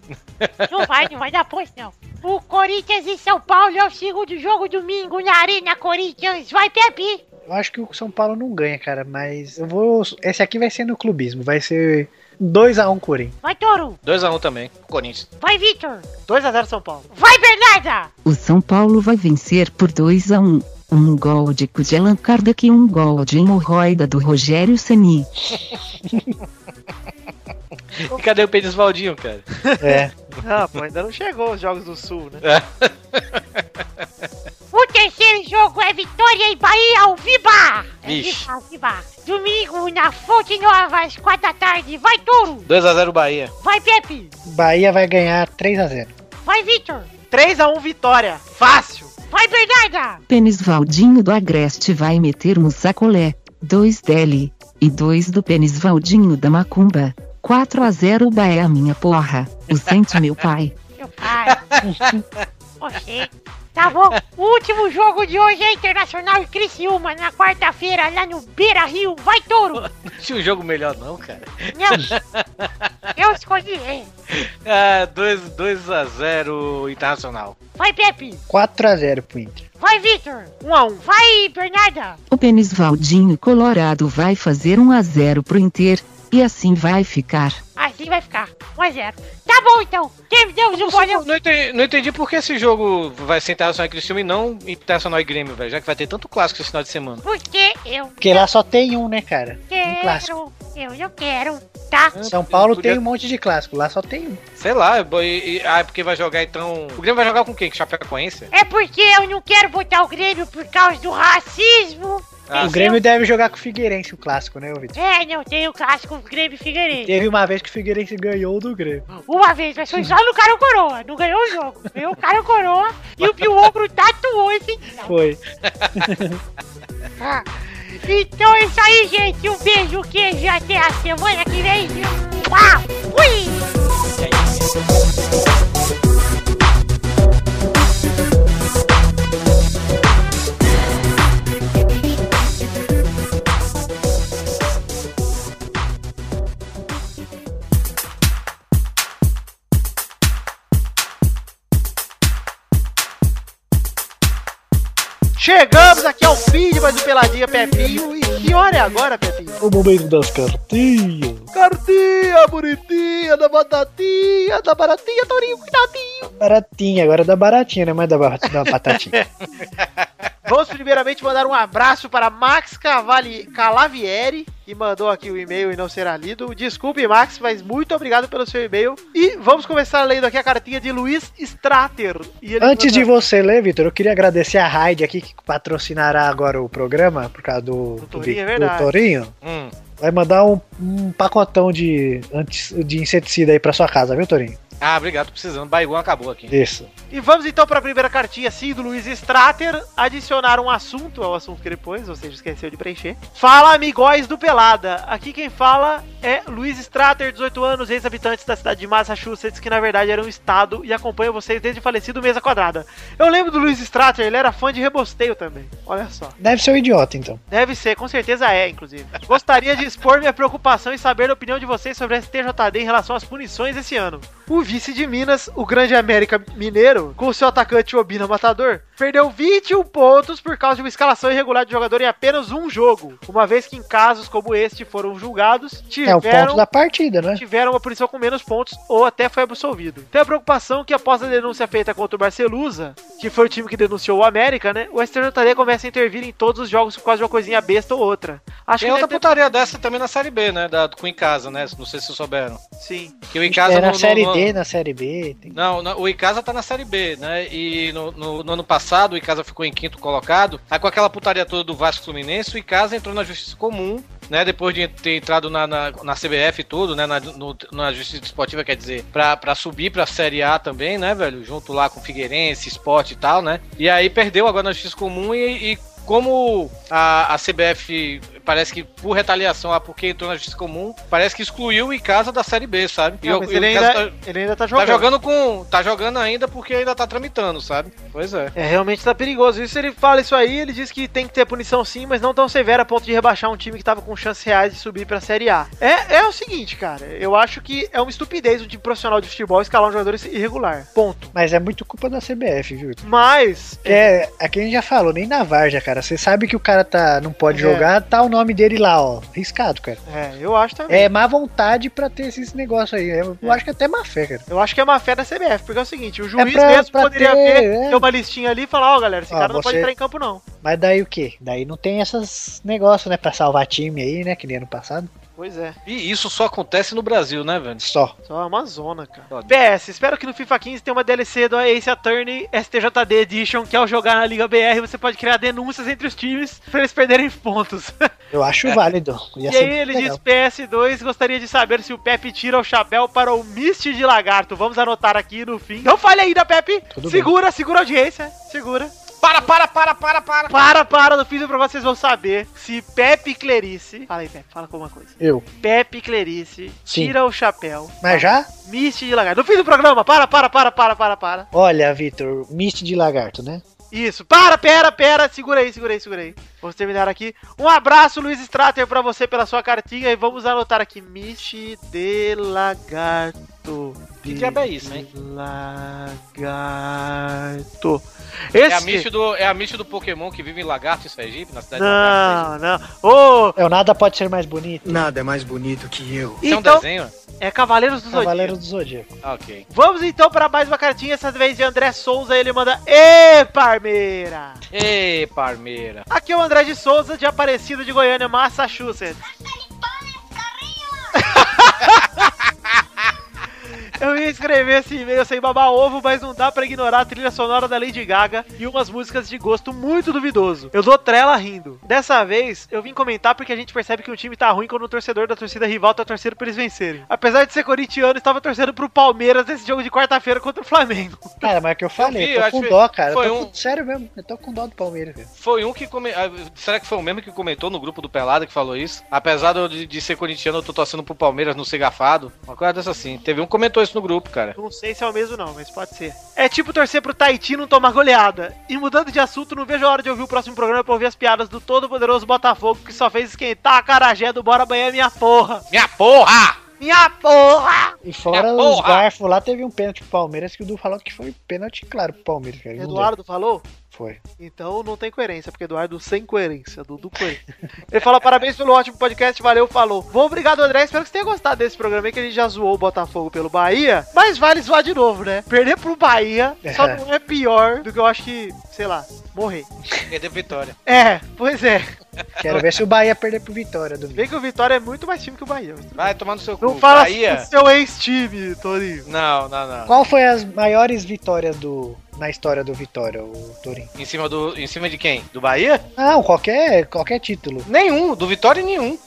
[SPEAKER 7] Não vai, não vai dar ponto, não. O Corinthians e São Paulo é o segundo jogo domingo na Arena Corinthians. Vai, Pepe!
[SPEAKER 5] Eu acho que o São Paulo não ganha, cara, mas eu vou. Esse aqui vai ser no clubismo, vai ser 2x1 Corinthians.
[SPEAKER 7] Vai, Toro!
[SPEAKER 1] 2x1 também. Corinthians.
[SPEAKER 7] Vai, Victor!
[SPEAKER 2] 2x0 São Paulo.
[SPEAKER 7] Vai, Bernarda!
[SPEAKER 8] O São Paulo vai vencer por 2 a 1. Um gol de Kudelan Kardec e um gol de hemorroida do Rogério Ceni.
[SPEAKER 1] [LAUGHS] E cadê o Pedro Valdinho, cara?
[SPEAKER 5] É.
[SPEAKER 2] Ah, pô, ainda não chegou os Jogos do Sul, né?
[SPEAKER 7] O terceiro jogo é Vitória e Bahia ao Viva! É
[SPEAKER 1] Ixi.
[SPEAKER 7] Viva, ao Viva! Domingo na Fonte Nova às quatro da tarde. Vai, Toro!
[SPEAKER 1] 2x0 Bahia.
[SPEAKER 7] Vai, Pepe!
[SPEAKER 5] Bahia vai ganhar 3x0.
[SPEAKER 7] Vai, Victor!
[SPEAKER 2] 3x1 Vitória. Fácil.
[SPEAKER 7] Vai, Bernarda!
[SPEAKER 8] Pênis Valdinho do Agreste vai meter um sacolé, 2 dele, e 2 do Pênis Valdinho da Macumba. 4 a 0 Bahia minha porra, o sente meu pai.
[SPEAKER 7] Meu pai. Oxê. Tá bom. O último jogo de hoje é Internacional e Criciúma, na quarta-feira, lá no Beira Rio. Vai, touro!
[SPEAKER 1] Não tinha um jogo melhor, não, cara.
[SPEAKER 7] Não. Eu escolhi. é. ele.
[SPEAKER 1] Ah, 2x0 Internacional.
[SPEAKER 7] Vai, Pepe.
[SPEAKER 5] 4x0 pro Inter.
[SPEAKER 7] Vai, Victor.
[SPEAKER 2] 1x1.
[SPEAKER 7] Vai, Bernarda.
[SPEAKER 8] O Pênis Valdinho Colorado vai fazer 1 a 0 pro Inter, e assim vai ficar.
[SPEAKER 7] Assim vai ficar. 1 a 0. Tá bom, então. Terminamos o
[SPEAKER 1] Não,
[SPEAKER 7] bolão.
[SPEAKER 1] não entendi, não entendi por que esse jogo vai ser Internacional e Criciúma e não Internacional e Grêmio, velho. Já que vai ter tanto clássico esse final de semana.
[SPEAKER 7] Porque eu
[SPEAKER 5] Porque lá só tem um, né, cara? Um clássico.
[SPEAKER 7] quero. Eu não quero. Tá?
[SPEAKER 5] São Paulo
[SPEAKER 1] Podia-
[SPEAKER 5] tem um monte de clássico, lá só tem um.
[SPEAKER 1] Sei lá, e, e- ah, é porque vai jogar então. O Grêmio vai jogar com quem? Com Chapecoense?
[SPEAKER 7] É porque eu não quero botar o Grêmio por causa do racismo.
[SPEAKER 1] Ah,
[SPEAKER 5] o Grêmio deve jogar com o Figueirense, o clássico, né, ô Vitor?
[SPEAKER 7] É, não tem o clássico Grêmio e Figueirense.
[SPEAKER 5] Teve uma vez que o Figueirense ganhou do Grêmio.
[SPEAKER 7] Uma vez, mas foi só no Caro Coroa. Não ganhou o jogo. Ganhou o Caro Coroa e o Piogro tatuou esse.
[SPEAKER 5] Foi.
[SPEAKER 7] Então é isso aí, gente. Um beijo, queijo e até a semana que vem. Uau! Fui!
[SPEAKER 2] Chegamos aqui ao fim de mais um Peladinha Pepinho. E que hora é agora, Pepinho?
[SPEAKER 5] O momento das cartinhas.
[SPEAKER 4] Gordinha, bonitinha, da batatinha, da baratinha, Torinho, cuidadinho.
[SPEAKER 5] Baratinha, agora é da baratinha, né? Mas da, bar- da batatinha.
[SPEAKER 2] Vamos primeiramente mandar um abraço para Max Cavalli Calavieri, que mandou aqui o e-mail e não será lido. Desculpe, Max, mas muito obrigado pelo seu e-mail. E vamos começar lendo aqui a cartinha de Luiz Strater. E ele
[SPEAKER 5] Antes de
[SPEAKER 2] manda-
[SPEAKER 5] você ler, Vitor, eu queria agradecer a Raid aqui, que patrocinará agora o programa, por causa do,
[SPEAKER 2] Do Torinho,
[SPEAKER 5] do-
[SPEAKER 2] é verdade.
[SPEAKER 5] do Torinho.
[SPEAKER 1] Hum.
[SPEAKER 5] Vai mandar um, um pacotão de, antes, de inseticida aí pra sua casa, viu, Torinho?
[SPEAKER 1] Ah, obrigado, tô precisando. Baigão acabou aqui.
[SPEAKER 5] Isso.
[SPEAKER 2] E vamos então para a primeira cartinha, sim, do Luiz Strater. Adicionar um assunto ao assunto que ele pôs, ou seja, esqueceu de preencher. Fala, amigóis do Pelada. Aqui quem fala é Luiz Strater, 18 anos, ex-habitante da cidade de Massachusetts, que na verdade era um estado, e acompanho vocês desde o falecido Mesa Quadrada. Eu lembro do Luiz Strater, ele era fã de rebosteio também. Olha só.
[SPEAKER 5] Deve ser um idiota, então.
[SPEAKER 2] Deve ser, com certeza é, inclusive. Gostaria de expor minha preocupação e saber a opinião de vocês sobre a STJD em relação às punições esse ano. O vice de Minas, o grande América Mineiro, com seu atacante Obina Matador, perdeu 21 pontos por causa de uma escalação irregular de jogador em apenas um jogo, uma vez que em casos como este foram julgados,
[SPEAKER 5] É o ponto
[SPEAKER 2] tiveram
[SPEAKER 5] da partida, né?
[SPEAKER 2] tiveram uma punição com menos pontos ou até foi absolvido. Tem a preocupação que após a denúncia feita contra o Barcelusa, que foi o time que denunciou o América, né? O STJD começa a intervir em todos os jogos por causa de uma coisinha besta ou outra. Acho
[SPEAKER 1] Tem
[SPEAKER 2] que
[SPEAKER 1] outra
[SPEAKER 2] deve ter-
[SPEAKER 1] putaria dessa também na série B, né? Da, com o em casa, né? Não sei se vocês souberam.
[SPEAKER 2] Sim.
[SPEAKER 1] Que o em casa
[SPEAKER 5] é na
[SPEAKER 1] não- não-
[SPEAKER 5] série
[SPEAKER 1] não-
[SPEAKER 5] D, na série B. Tem...
[SPEAKER 1] Não, não, o Icasa tá na Série B, né? E no, no- no ano passado o Icasa ficou em quinto colocado. Aí com aquela putaria toda do Vasco Fluminense, o Icasa entrou na Justiça Comum, né? Depois de ter entrado na, na, na CBF e tudo, né? Na, no- na Justiça Esportiva, quer dizer, pra, pra subir pra Série A também, né, velho? Junto lá com Figueirense, Esporte e tal, né? E aí perdeu agora na Justiça Comum e... e como a, a CBF parece que por retaliação, ah, porque entrou na justiça comum, parece que excluiu o Icasa da série B, sabe?
[SPEAKER 2] Ah, mas ele,
[SPEAKER 1] Icasa
[SPEAKER 2] ainda,
[SPEAKER 1] tá-
[SPEAKER 2] ele ainda tá
[SPEAKER 1] Tá
[SPEAKER 2] jogando.
[SPEAKER 1] jogando com. Tá jogando ainda porque ainda tá tramitando, sabe? Pois é.
[SPEAKER 2] É, realmente tá perigoso. Isso ele fala isso aí, ele diz que tem que ter punição sim, mas não tão severa a ponto de rebaixar um time que tava com chances reais de subir pra Série A. É, é o seguinte, cara, eu acho que é uma estupidez um time profissional de futebol escalar um jogador irregular. Ponto.
[SPEAKER 5] Mas é muito culpa da CBF, viu?
[SPEAKER 2] Mas,
[SPEAKER 5] Que é, aqui a gente já falou, nem na Varja, cara. Você sabe que o cara tá, não pode
[SPEAKER 2] É.
[SPEAKER 5] jogar, tá o nome dele lá, ó. Riscado, cara.
[SPEAKER 2] é, eu acho também.
[SPEAKER 5] É má vontade pra ter esses negócios aí. Eu acho que até má fé, cara.
[SPEAKER 2] Eu acho que é má fé da CBF, porque é o seguinte, o juiz
[SPEAKER 5] pra-
[SPEAKER 2] mesmo
[SPEAKER 5] pra
[SPEAKER 2] poderia
[SPEAKER 5] ter,
[SPEAKER 2] ver,
[SPEAKER 5] é.
[SPEAKER 2] ter uma listinha ali e falar, ó galera, esse
[SPEAKER 5] Ó,
[SPEAKER 2] cara não pode
[SPEAKER 5] você-
[SPEAKER 2] entrar em campo não.
[SPEAKER 5] Mas daí o quê? Daí não tem esses negócios, né? Pra salvar time aí, né? Que nem ano passado.
[SPEAKER 2] Pois é,
[SPEAKER 1] E isso só acontece no Brasil, né, velho?
[SPEAKER 5] Só.
[SPEAKER 2] só é uma zona, cara.
[SPEAKER 1] Foda.
[SPEAKER 2] PS, espero que no FIFA 15 tenha uma DLC do Ace Attorney STJD Edition, que ao jogar na Liga BR você pode criar denúncias entre os times pra eles perderem pontos. [LAUGHS]
[SPEAKER 5] Eu acho válido. Ia
[SPEAKER 2] E
[SPEAKER 5] ser
[SPEAKER 2] aí
[SPEAKER 5] muito
[SPEAKER 2] ele diz,
[SPEAKER 5] legal.
[SPEAKER 2] PS2, gostaria de saber se o Pepe tira o chapéu para o Mist de Lagarto. Vamos anotar aqui no fim. Não fale ainda, Pepe!
[SPEAKER 5] Tudo bem.
[SPEAKER 2] segura, segura a audiência, segura.
[SPEAKER 1] Para, para, para, para, para!
[SPEAKER 2] Para, para, no fim do programa vocês vão saber se Pepe Clerice. Fala aí, Pepe, fala com uma coisa.
[SPEAKER 5] Eu.
[SPEAKER 2] Pepe Clerice
[SPEAKER 5] Sim.
[SPEAKER 2] tira o chapéu.
[SPEAKER 5] Mas já?
[SPEAKER 2] Mist de lagarto. No fim do programa, para, para, para, para, para, para.
[SPEAKER 5] Olha, Vitor, mist de lagarto, né?
[SPEAKER 2] Isso, para, pera, pera. Segura aí, segura aí, segura aí. Vamos terminar aqui. Um abraço, Luiz Strater, pra você pela sua cartinha. E vamos anotar aqui: Mist de lagarto.
[SPEAKER 1] Que diabo é isso, hein?
[SPEAKER 2] De Lagarto.
[SPEAKER 1] É
[SPEAKER 2] Esse.
[SPEAKER 1] a, Michi do, é a Michi do Pokémon que vive em Lagarto, em Sergipe, na cidade de
[SPEAKER 2] Não,
[SPEAKER 1] Lagarto.
[SPEAKER 2] não. Ô,
[SPEAKER 5] É, o nada pode ser mais bonito.
[SPEAKER 9] Nada é mais bonito que eu.
[SPEAKER 1] Sergipe. Isso é um
[SPEAKER 2] então.
[SPEAKER 1] desenho?
[SPEAKER 2] É Cavaleiros do Zodíaco.
[SPEAKER 5] Cavaleiro do Zodíaco.
[SPEAKER 1] Ah, ok.
[SPEAKER 2] Vamos então para mais uma cartinha, essa vez de André Souza. Ele manda Ê, Parmeira!
[SPEAKER 1] Ê, Parmeira.
[SPEAKER 2] Aqui é o André de Souza, de Aparecida de Goiânia, Massachusetts. Eu ia escrever esse e-mail sem babar ovo, mas não dá pra ignorar a trilha sonora da Lady Gaga e umas músicas de gosto muito duvidoso. Eu dou trela rindo. Dessa vez, eu vim comentar porque a gente percebe que o time tá ruim quando o torcedor da torcida rival tá torcendo pra eles vencerem. Apesar de ser corintiano, estava torcendo pro Palmeiras nesse jogo de quarta-feira contra o Flamengo. [LAUGHS]
[SPEAKER 5] Cara, mas é o que eu falei,
[SPEAKER 1] vi,
[SPEAKER 5] eu
[SPEAKER 1] eu
[SPEAKER 5] tô
[SPEAKER 1] acho
[SPEAKER 5] com
[SPEAKER 1] que
[SPEAKER 5] dó, cara. Eu
[SPEAKER 1] foi
[SPEAKER 5] tô
[SPEAKER 1] um-
[SPEAKER 5] com... Sério mesmo, eu tô com dó do Palmeiras, velho.
[SPEAKER 1] Foi um que. Come... ah, Será que foi o mesmo que comentou no grupo do Pelada que falou isso? Apesar de eu- de, de ser corintiano, eu tô torcendo pro Palmeiras não ser gafado. Uma coisa dessa assim. Teve um que comentou isso no grupo, cara.
[SPEAKER 2] Não sei se é o mesmo não, mas pode ser. É tipo torcer pro Tahiti não tomar goleada. E mudando de assunto, não vejo a hora de ouvir o próximo programa pra ouvir as piadas do todo poderoso Botafogo que só fez esquentar a carajé do Bora Banhar Minha Porra.
[SPEAKER 1] Minha porra!
[SPEAKER 2] Minha porra!
[SPEAKER 5] E fora
[SPEAKER 1] É,
[SPEAKER 5] os
[SPEAKER 1] porra!
[SPEAKER 5] garfos lá, teve um pênalti pro Palmeiras que o Du falou que foi pênalti, claro, pro Palmeiras. Cara, não deu.
[SPEAKER 2] Eduardo falou?
[SPEAKER 5] Foi.
[SPEAKER 2] Então não tem coerência, porque Eduardo sem coerência, Dudu coerente. Ele fala parabéns pelo ótimo podcast, valeu, falou. Bom, obrigado André, espero que você tenha gostado desse programa aí, que a gente já zoou o Botafogo pelo Bahia, mas vale zoar de novo, né? Perder pro Bahia só
[SPEAKER 5] É.
[SPEAKER 2] não é pior do que eu acho que, sei lá, morrer.
[SPEAKER 1] Perder vitória.
[SPEAKER 2] É, pois é.
[SPEAKER 5] Quero ver se o Bahia perder pro Vitória domingo.
[SPEAKER 2] Vem que o Vitória é muito mais time que o Bahia.
[SPEAKER 1] Vai tomar no seu cu.
[SPEAKER 2] Não fala assim
[SPEAKER 1] Bahia.
[SPEAKER 2] do seu ex-time, Torinho.
[SPEAKER 1] Não, não, não.
[SPEAKER 5] Qual foi as maiores vitórias do na história do Vitória, o Torinho?
[SPEAKER 1] Em cima, do, em cima de quem? Do Bahia?
[SPEAKER 5] Não, qualquer, qualquer título.
[SPEAKER 1] Nenhum, do Vitória nenhum.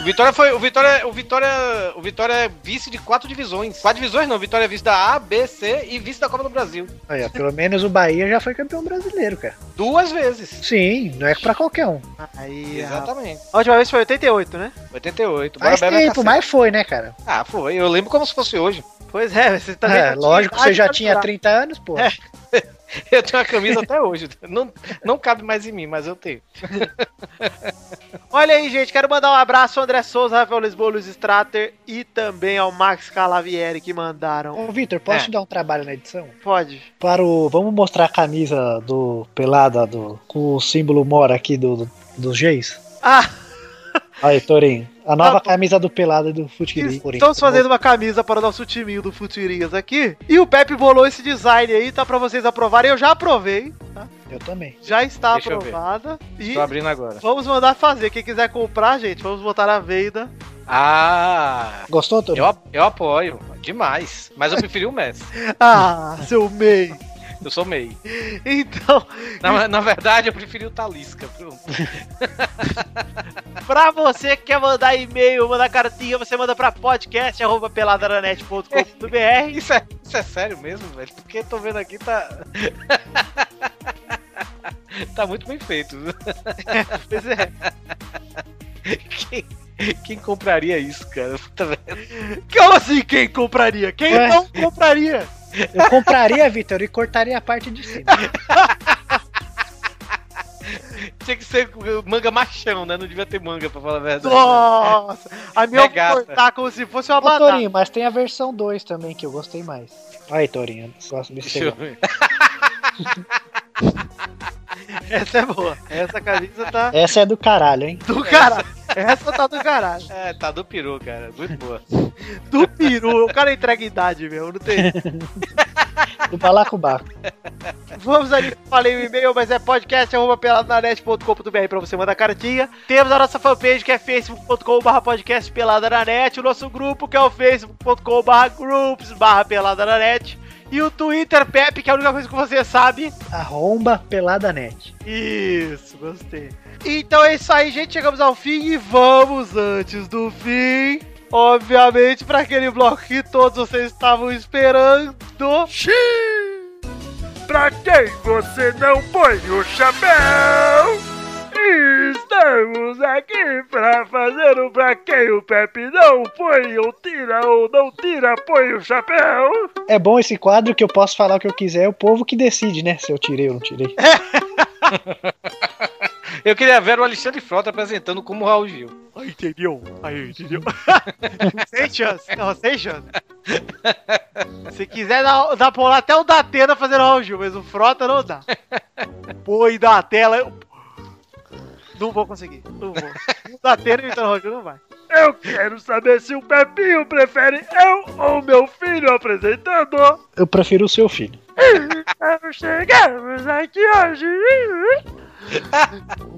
[SPEAKER 1] O Vitória foi. O Vitória, o Vitória, o Vitória é vice de quatro divisões. Quatro divisões não, o Vitória é vice da A, B, C e vice da Copa do Brasil.
[SPEAKER 5] Aí, ó, pelo menos o Bahia já foi campeão brasileiro, cara.
[SPEAKER 1] Duas vezes.
[SPEAKER 5] Sim, não é pra qualquer um.
[SPEAKER 2] Aí, rapaz.
[SPEAKER 1] Exatamente.
[SPEAKER 2] a última vez foi 88, né?
[SPEAKER 1] 88.
[SPEAKER 5] Faz
[SPEAKER 1] Bora, Bela,
[SPEAKER 5] tempo,
[SPEAKER 1] cacete.
[SPEAKER 5] mas foi, né, cara?
[SPEAKER 1] Ah, foi. Eu lembro como se fosse hoje. [LAUGHS]
[SPEAKER 2] Pois é, você também. não
[SPEAKER 5] É,
[SPEAKER 2] tinha
[SPEAKER 5] lógico,
[SPEAKER 2] idade
[SPEAKER 5] você já
[SPEAKER 2] pra
[SPEAKER 5] tinha
[SPEAKER 2] chorar.
[SPEAKER 5] 30 anos, pô.
[SPEAKER 2] É.
[SPEAKER 1] Eu tenho a camisa até hoje. Não, não cabe mais em mim, mas eu tenho.
[SPEAKER 2] Olha aí, gente, quero mandar um abraço ao André Souza, Rafael Lisboa, Luiz Strater e também ao Max Calavieri que mandaram.
[SPEAKER 5] Ô, Vitor, posso
[SPEAKER 1] É.
[SPEAKER 5] te dar um trabalho na edição?
[SPEAKER 2] Pode.
[SPEAKER 5] Para o, vamos mostrar a camisa do Pelada do, com o símbolo Mora aqui do, do, dos Geis.
[SPEAKER 2] Ah,
[SPEAKER 5] Aí, Torinho. A nova
[SPEAKER 3] Tá
[SPEAKER 2] bom.
[SPEAKER 5] camisa do Pelada e do Futebol.
[SPEAKER 2] estamos fazendo uma camisa para o nosso timinho do Futirinhas aqui. E o Pepe bolou esse design aí, tá pra vocês aprovarem. Eu já aprovei,
[SPEAKER 5] Eu também.
[SPEAKER 2] já está
[SPEAKER 1] Deixa eu ver.
[SPEAKER 2] aprovada. E
[SPEAKER 1] Tô abrindo agora.
[SPEAKER 2] vamos mandar fazer. Quem quiser comprar, gente, vamos botar na venda. [LAUGHS]
[SPEAKER 1] Ah!
[SPEAKER 5] Gostou, Torinho?
[SPEAKER 1] Eu, ap- eu apoio. Demais.
[SPEAKER 5] [LAUGHS]
[SPEAKER 1] Mas eu preferi o Messi.
[SPEAKER 2] Ah, seu MEI.
[SPEAKER 1] Eu sou meio.
[SPEAKER 2] Então,
[SPEAKER 1] Na, na verdade, eu preferi o Talisca. Pronto.
[SPEAKER 2] Pra você que quer mandar e-mail, mandar cartinha, você manda pra podcast.peladaranet.com.br.
[SPEAKER 1] Isso é, isso é sério mesmo, velho? Porque tô vendo aqui tá. [LAUGHS] tá muito bem feito. [LAUGHS]
[SPEAKER 2] Pois é.
[SPEAKER 1] Quem, quem compraria isso, cara? Puta merda.
[SPEAKER 2] Como assim quem compraria? Quem
[SPEAKER 5] Ué?
[SPEAKER 2] não Então, compraria?
[SPEAKER 5] Eu compraria, Vitor, e cortaria a parte de cima.
[SPEAKER 3] [LAUGHS]
[SPEAKER 1] É, Tinha que ser manga machão, né? Não devia ter manga, pra falar a verdade.
[SPEAKER 2] Nossa! A minha eu vou
[SPEAKER 1] gata.
[SPEAKER 2] cortar como se fosse uma
[SPEAKER 5] Ô,
[SPEAKER 2] banana.
[SPEAKER 5] Torinho, mas tem a versão 2 também que eu gostei mais. Aí, Torinho, eu gosto de
[SPEAKER 1] Deixa eu
[SPEAKER 5] ser.
[SPEAKER 1] ver.
[SPEAKER 2] Essa é boa. Essa camisa tá
[SPEAKER 5] Essa é do caralho, hein?
[SPEAKER 2] do caralho. Essa tá do caralho.
[SPEAKER 1] É, tá do peru, cara. Muito boa.
[SPEAKER 2] Do peru. O cara entrega idade, meu. Não tem.
[SPEAKER 5] Do balacobaco.
[SPEAKER 2] Vamos ali, falei o e-mail, mas é podcast.peladananet.com.br pra você mandar cartinha. Temos a nossa fanpage que é facebook.com.br podcast peladananet, o nosso grupo que é o facebook.com.br groups barra peladananet e o Twitter, Pepe, que é a única coisa que você sabe.
[SPEAKER 5] Arromba pelada net.
[SPEAKER 2] Isso, gostei. Então é isso aí, gente. Chegamos ao fim e vamos antes do fim. Obviamente, pra aquele bloco que todos vocês estavam esperando.
[SPEAKER 3] Pra quem você não põe o chapéu? Estamos aqui pra fazer o pra quem o Pepe não põe ou tira ou não tira, põe o chapéu.
[SPEAKER 5] É bom esse quadro que eu posso falar o que eu quiser, é o
[SPEAKER 2] [LAUGHS]
[SPEAKER 5] povo que decide, né? Se eu tirei ou não tirei.
[SPEAKER 1] Eu queria ver o Alexandre Frota apresentando como o Raul Gil.
[SPEAKER 2] Aí, entendeu? Aí, entendeu? sem chance. Não, sem chance. Se quiser, dá, dá pra rolar até o Datena fazendo Raul Gil, mas o Frota não dá. Põe da tela. eu- Não vou conseguir. Não vou. O Datena imitando Raul Gil não vai.
[SPEAKER 3] Eu quero saber se o Pepinho prefere eu ou meu filho apresentando.
[SPEAKER 5] Eu prefiro o seu filho.
[SPEAKER 3] Então Chegamos aqui
[SPEAKER 4] [LAUGHS]
[SPEAKER 3] hoje.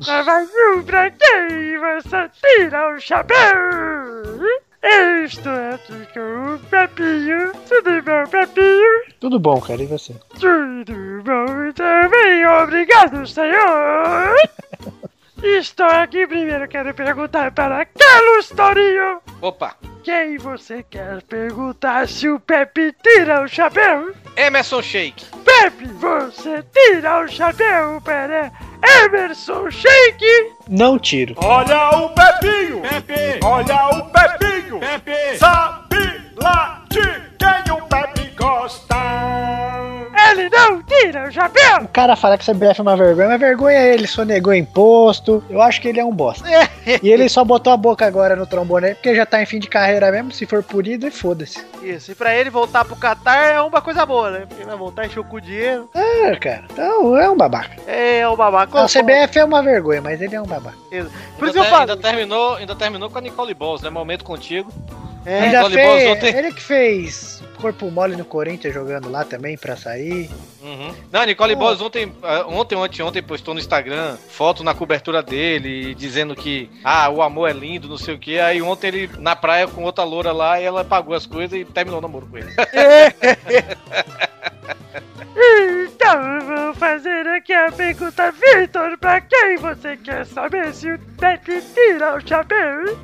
[SPEAKER 3] Pra mais um pra quem você tira o chapéu. Eu Estou aqui com o Pepinho. Tudo bom, Pepinho?
[SPEAKER 5] Tudo bom, cara, e você?
[SPEAKER 3] Tudo bom também, obrigado, senhor! Estou aqui primeiro, quero perguntar para Carlos Torinho
[SPEAKER 1] Opa!
[SPEAKER 3] quem você quer perguntar se o Pepe tira o chapéu?
[SPEAKER 1] Emerson Shake!
[SPEAKER 3] Pepe, você tira o chapéu para Emerson Shake?
[SPEAKER 5] Não tiro.
[SPEAKER 3] Olha o Pepinho! Pepe! Olha o Pepinho! Pepe! Sabe lá de quem o Pepe gosta? Ele não tira!
[SPEAKER 7] tira o chapéu.
[SPEAKER 5] O cara fala que o CBF é uma vergonha, mas vergonha é ele, sonegou imposto. Eu acho que ele é um bosta.
[SPEAKER 3] [LAUGHS]
[SPEAKER 5] E ele só botou a boca agora no trombone aí, porque já tá em fim de carreira mesmo, se for punido e foda-se.
[SPEAKER 2] Isso, e pra ele voltar pro Qatar é uma coisa boa, né? Porque ele vai voltar e encher o cu de dinheiro.
[SPEAKER 5] É, cara. Então é um babaca.
[SPEAKER 2] É o babaca.
[SPEAKER 5] O CBF é uma vergonha, mas ele é um babaca.
[SPEAKER 2] Por isso
[SPEAKER 1] ainda,
[SPEAKER 2] que eu
[SPEAKER 1] te-
[SPEAKER 2] falo.
[SPEAKER 5] tá
[SPEAKER 1] ainda terminou, ainda terminou com a Nicole Balls, né? Momento contigo.
[SPEAKER 2] É,
[SPEAKER 5] Ele já
[SPEAKER 1] Nicole
[SPEAKER 5] fez-
[SPEAKER 1] Bozotti.
[SPEAKER 5] ele que fez corpo mole no Corinthians jogando lá também pra sair.
[SPEAKER 1] Uhum. Não, a Nicole
[SPEAKER 5] Ah.
[SPEAKER 1] Boss ontem, ah, ontem, ontem, ontem postou no Instagram foto na cobertura dele, dizendo que ah, o amor é lindo, não sei o que. Aí ontem ele na praia com outra loura lá e ela pagou as coisas e terminou o namoro
[SPEAKER 2] [LAUGHS]
[SPEAKER 1] com ele.
[SPEAKER 3] Então vou fazer aqui a pergunta, Vitor, pra quem você quer saber se o Pepe tira o chapéu?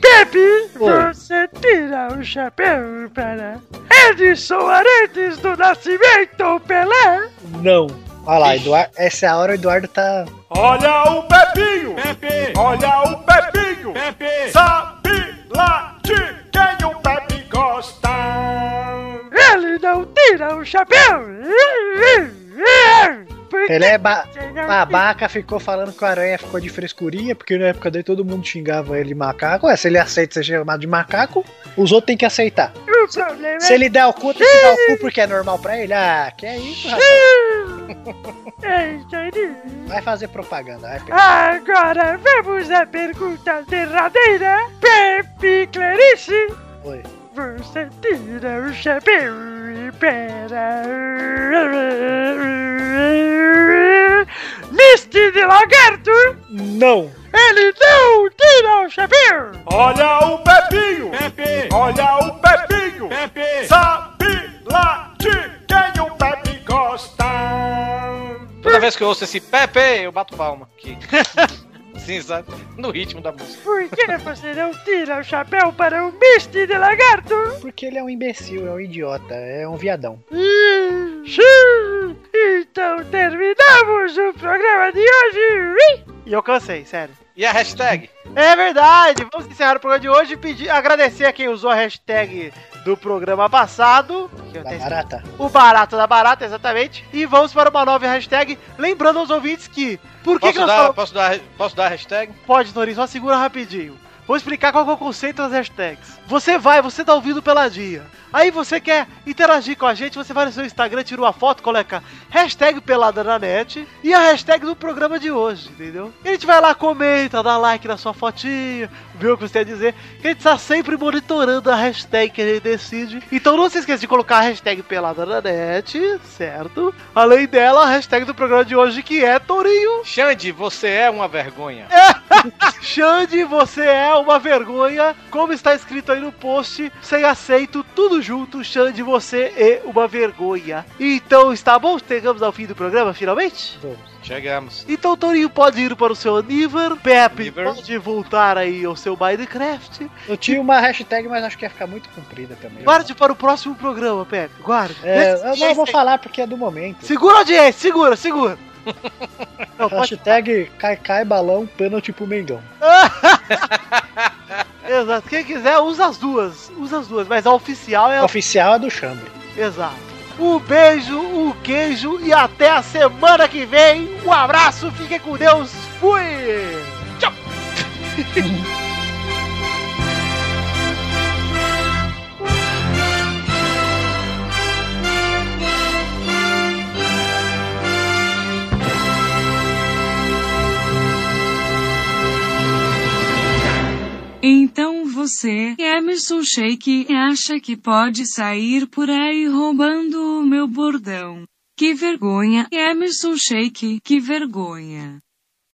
[SPEAKER 3] Pepe, você tira o chapéu para Edson Arantes do Nascimento Pelé?
[SPEAKER 5] Não. Olha lá, Eduardo, essa é a hora o Eduardo tá.
[SPEAKER 3] Olha o Pepinho! Olha o Pepinho! Sabe lá de quem o Pepe gosta? Ele não tira o chapéu! Porque
[SPEAKER 5] Pelé é ba-
[SPEAKER 3] você não
[SPEAKER 5] babaca, ficou falando que o Aranha ficou de frescurinha, porque na época daí todo mundo xingava ele de macaco. Ué, se ele aceita ser chamado de macaco, os outros têm que aceitar.
[SPEAKER 3] tira o
[SPEAKER 7] É
[SPEAKER 3] problema é
[SPEAKER 5] Se ele der o cu, tem que dar o cu porque é normal pra ele. Ah, que é isso, rapaz?
[SPEAKER 3] [LAUGHS] é entender.
[SPEAKER 5] Vai fazer propaganda, vai Pelé.
[SPEAKER 3] Ah, Agora vamos à pergunta derradeira, Pepe Clarice!
[SPEAKER 5] Oi.
[SPEAKER 3] Você tira o chapéu e pera. Misty de lagarto!
[SPEAKER 5] Não!
[SPEAKER 3] Ele não tira o chapéu! Olha o Pepinho! Olha o Pepinho! Sabe lá de quem o Pepe gosta!
[SPEAKER 1] Toda vez que eu ouço esse Pepe, eu bato palma. Aqui. [LAUGHS] Sim, sabe? No ritmo da música.
[SPEAKER 3] Por que você não tira o chapéu para o Misty de lagarto?
[SPEAKER 5] Porque ele é um imbecil, é um idiota, é um viadão.
[SPEAKER 3] Xiii. Então terminamos o programa de hoje.
[SPEAKER 2] E eu cansei, sério.
[SPEAKER 1] E a hashtag?
[SPEAKER 2] É verdade! Vamos encerrar o programa de hoje e pedir, agradecer a quem usou a hashtag do programa passado. que eu
[SPEAKER 5] Da
[SPEAKER 2] até
[SPEAKER 5] barata.
[SPEAKER 2] O barato da barata, exatamente. E vamos para uma nova hashtag. Lembrando aos ouvintes que. Por que,
[SPEAKER 1] Posso,
[SPEAKER 2] que nós
[SPEAKER 1] dar,
[SPEAKER 2] falamos.
[SPEAKER 1] posso, dar, posso dar a hashtag?
[SPEAKER 2] Pode, Norinho, só segura rapidinho. Vou explicar qual que é o conceito das hashtags. Você vai, você tá ouvindo peladinha. Aí você quer interagir com a gente, você vai no seu Instagram, tira uma foto, coloca hashtag pelada na net e a hashtag do programa de hoje, entendeu? E a gente vai lá, comenta, dá like na sua fotinha, vê o que você tem a dizer. Que a gente tá sempre monitorando a hashtag que a gente decide. Então não se esqueça de colocar a hashtag pelada na net, certo? Além dela, a hashtag do programa de hoje que é Torinho.
[SPEAKER 1] Xande, você é uma vergonha.
[SPEAKER 2] Xande, você é uma vergonha. Como está escrito aí no post, sem aceito, tudo junto. Xande, você é uma vergonha. Então está bom? Chegamos ao fim do programa, finalmente?
[SPEAKER 1] Chegamos.
[SPEAKER 2] Então Torinho pode ir para o seu Aniver. Pepe
[SPEAKER 1] Aniver.
[SPEAKER 2] pode voltar aí ao seu Minecraft.
[SPEAKER 5] Eu tinha uma hashtag, mas acho que ia ficar muito comprida também.
[SPEAKER 2] Guarde para o próximo programa, Pepe. Guarde.
[SPEAKER 5] É,
[SPEAKER 2] Nesse-
[SPEAKER 5] eu não vou falar porque é do momento.
[SPEAKER 2] Segura a audiência, segura,
[SPEAKER 5] [LAUGHS]
[SPEAKER 2] segura. Não, pode-
[SPEAKER 5] Hashtag cai cai balão pênalti pro Mengão.
[SPEAKER 2] Exato. Quem quiser, usa as duas. Usa as duas, mas a oficial
[SPEAKER 5] [LAUGHS]
[SPEAKER 2] é a
[SPEAKER 5] Oficial é do Chambre.
[SPEAKER 2] Exato. Um beijo, um queijo e até a semana que vem. Um abraço, fiquem com Deus. Fui!
[SPEAKER 10] Então você, Emerson Shake, acha que pode sair por aí roubando o meu bordão. Que vergonha, Emerson Shake, que vergonha.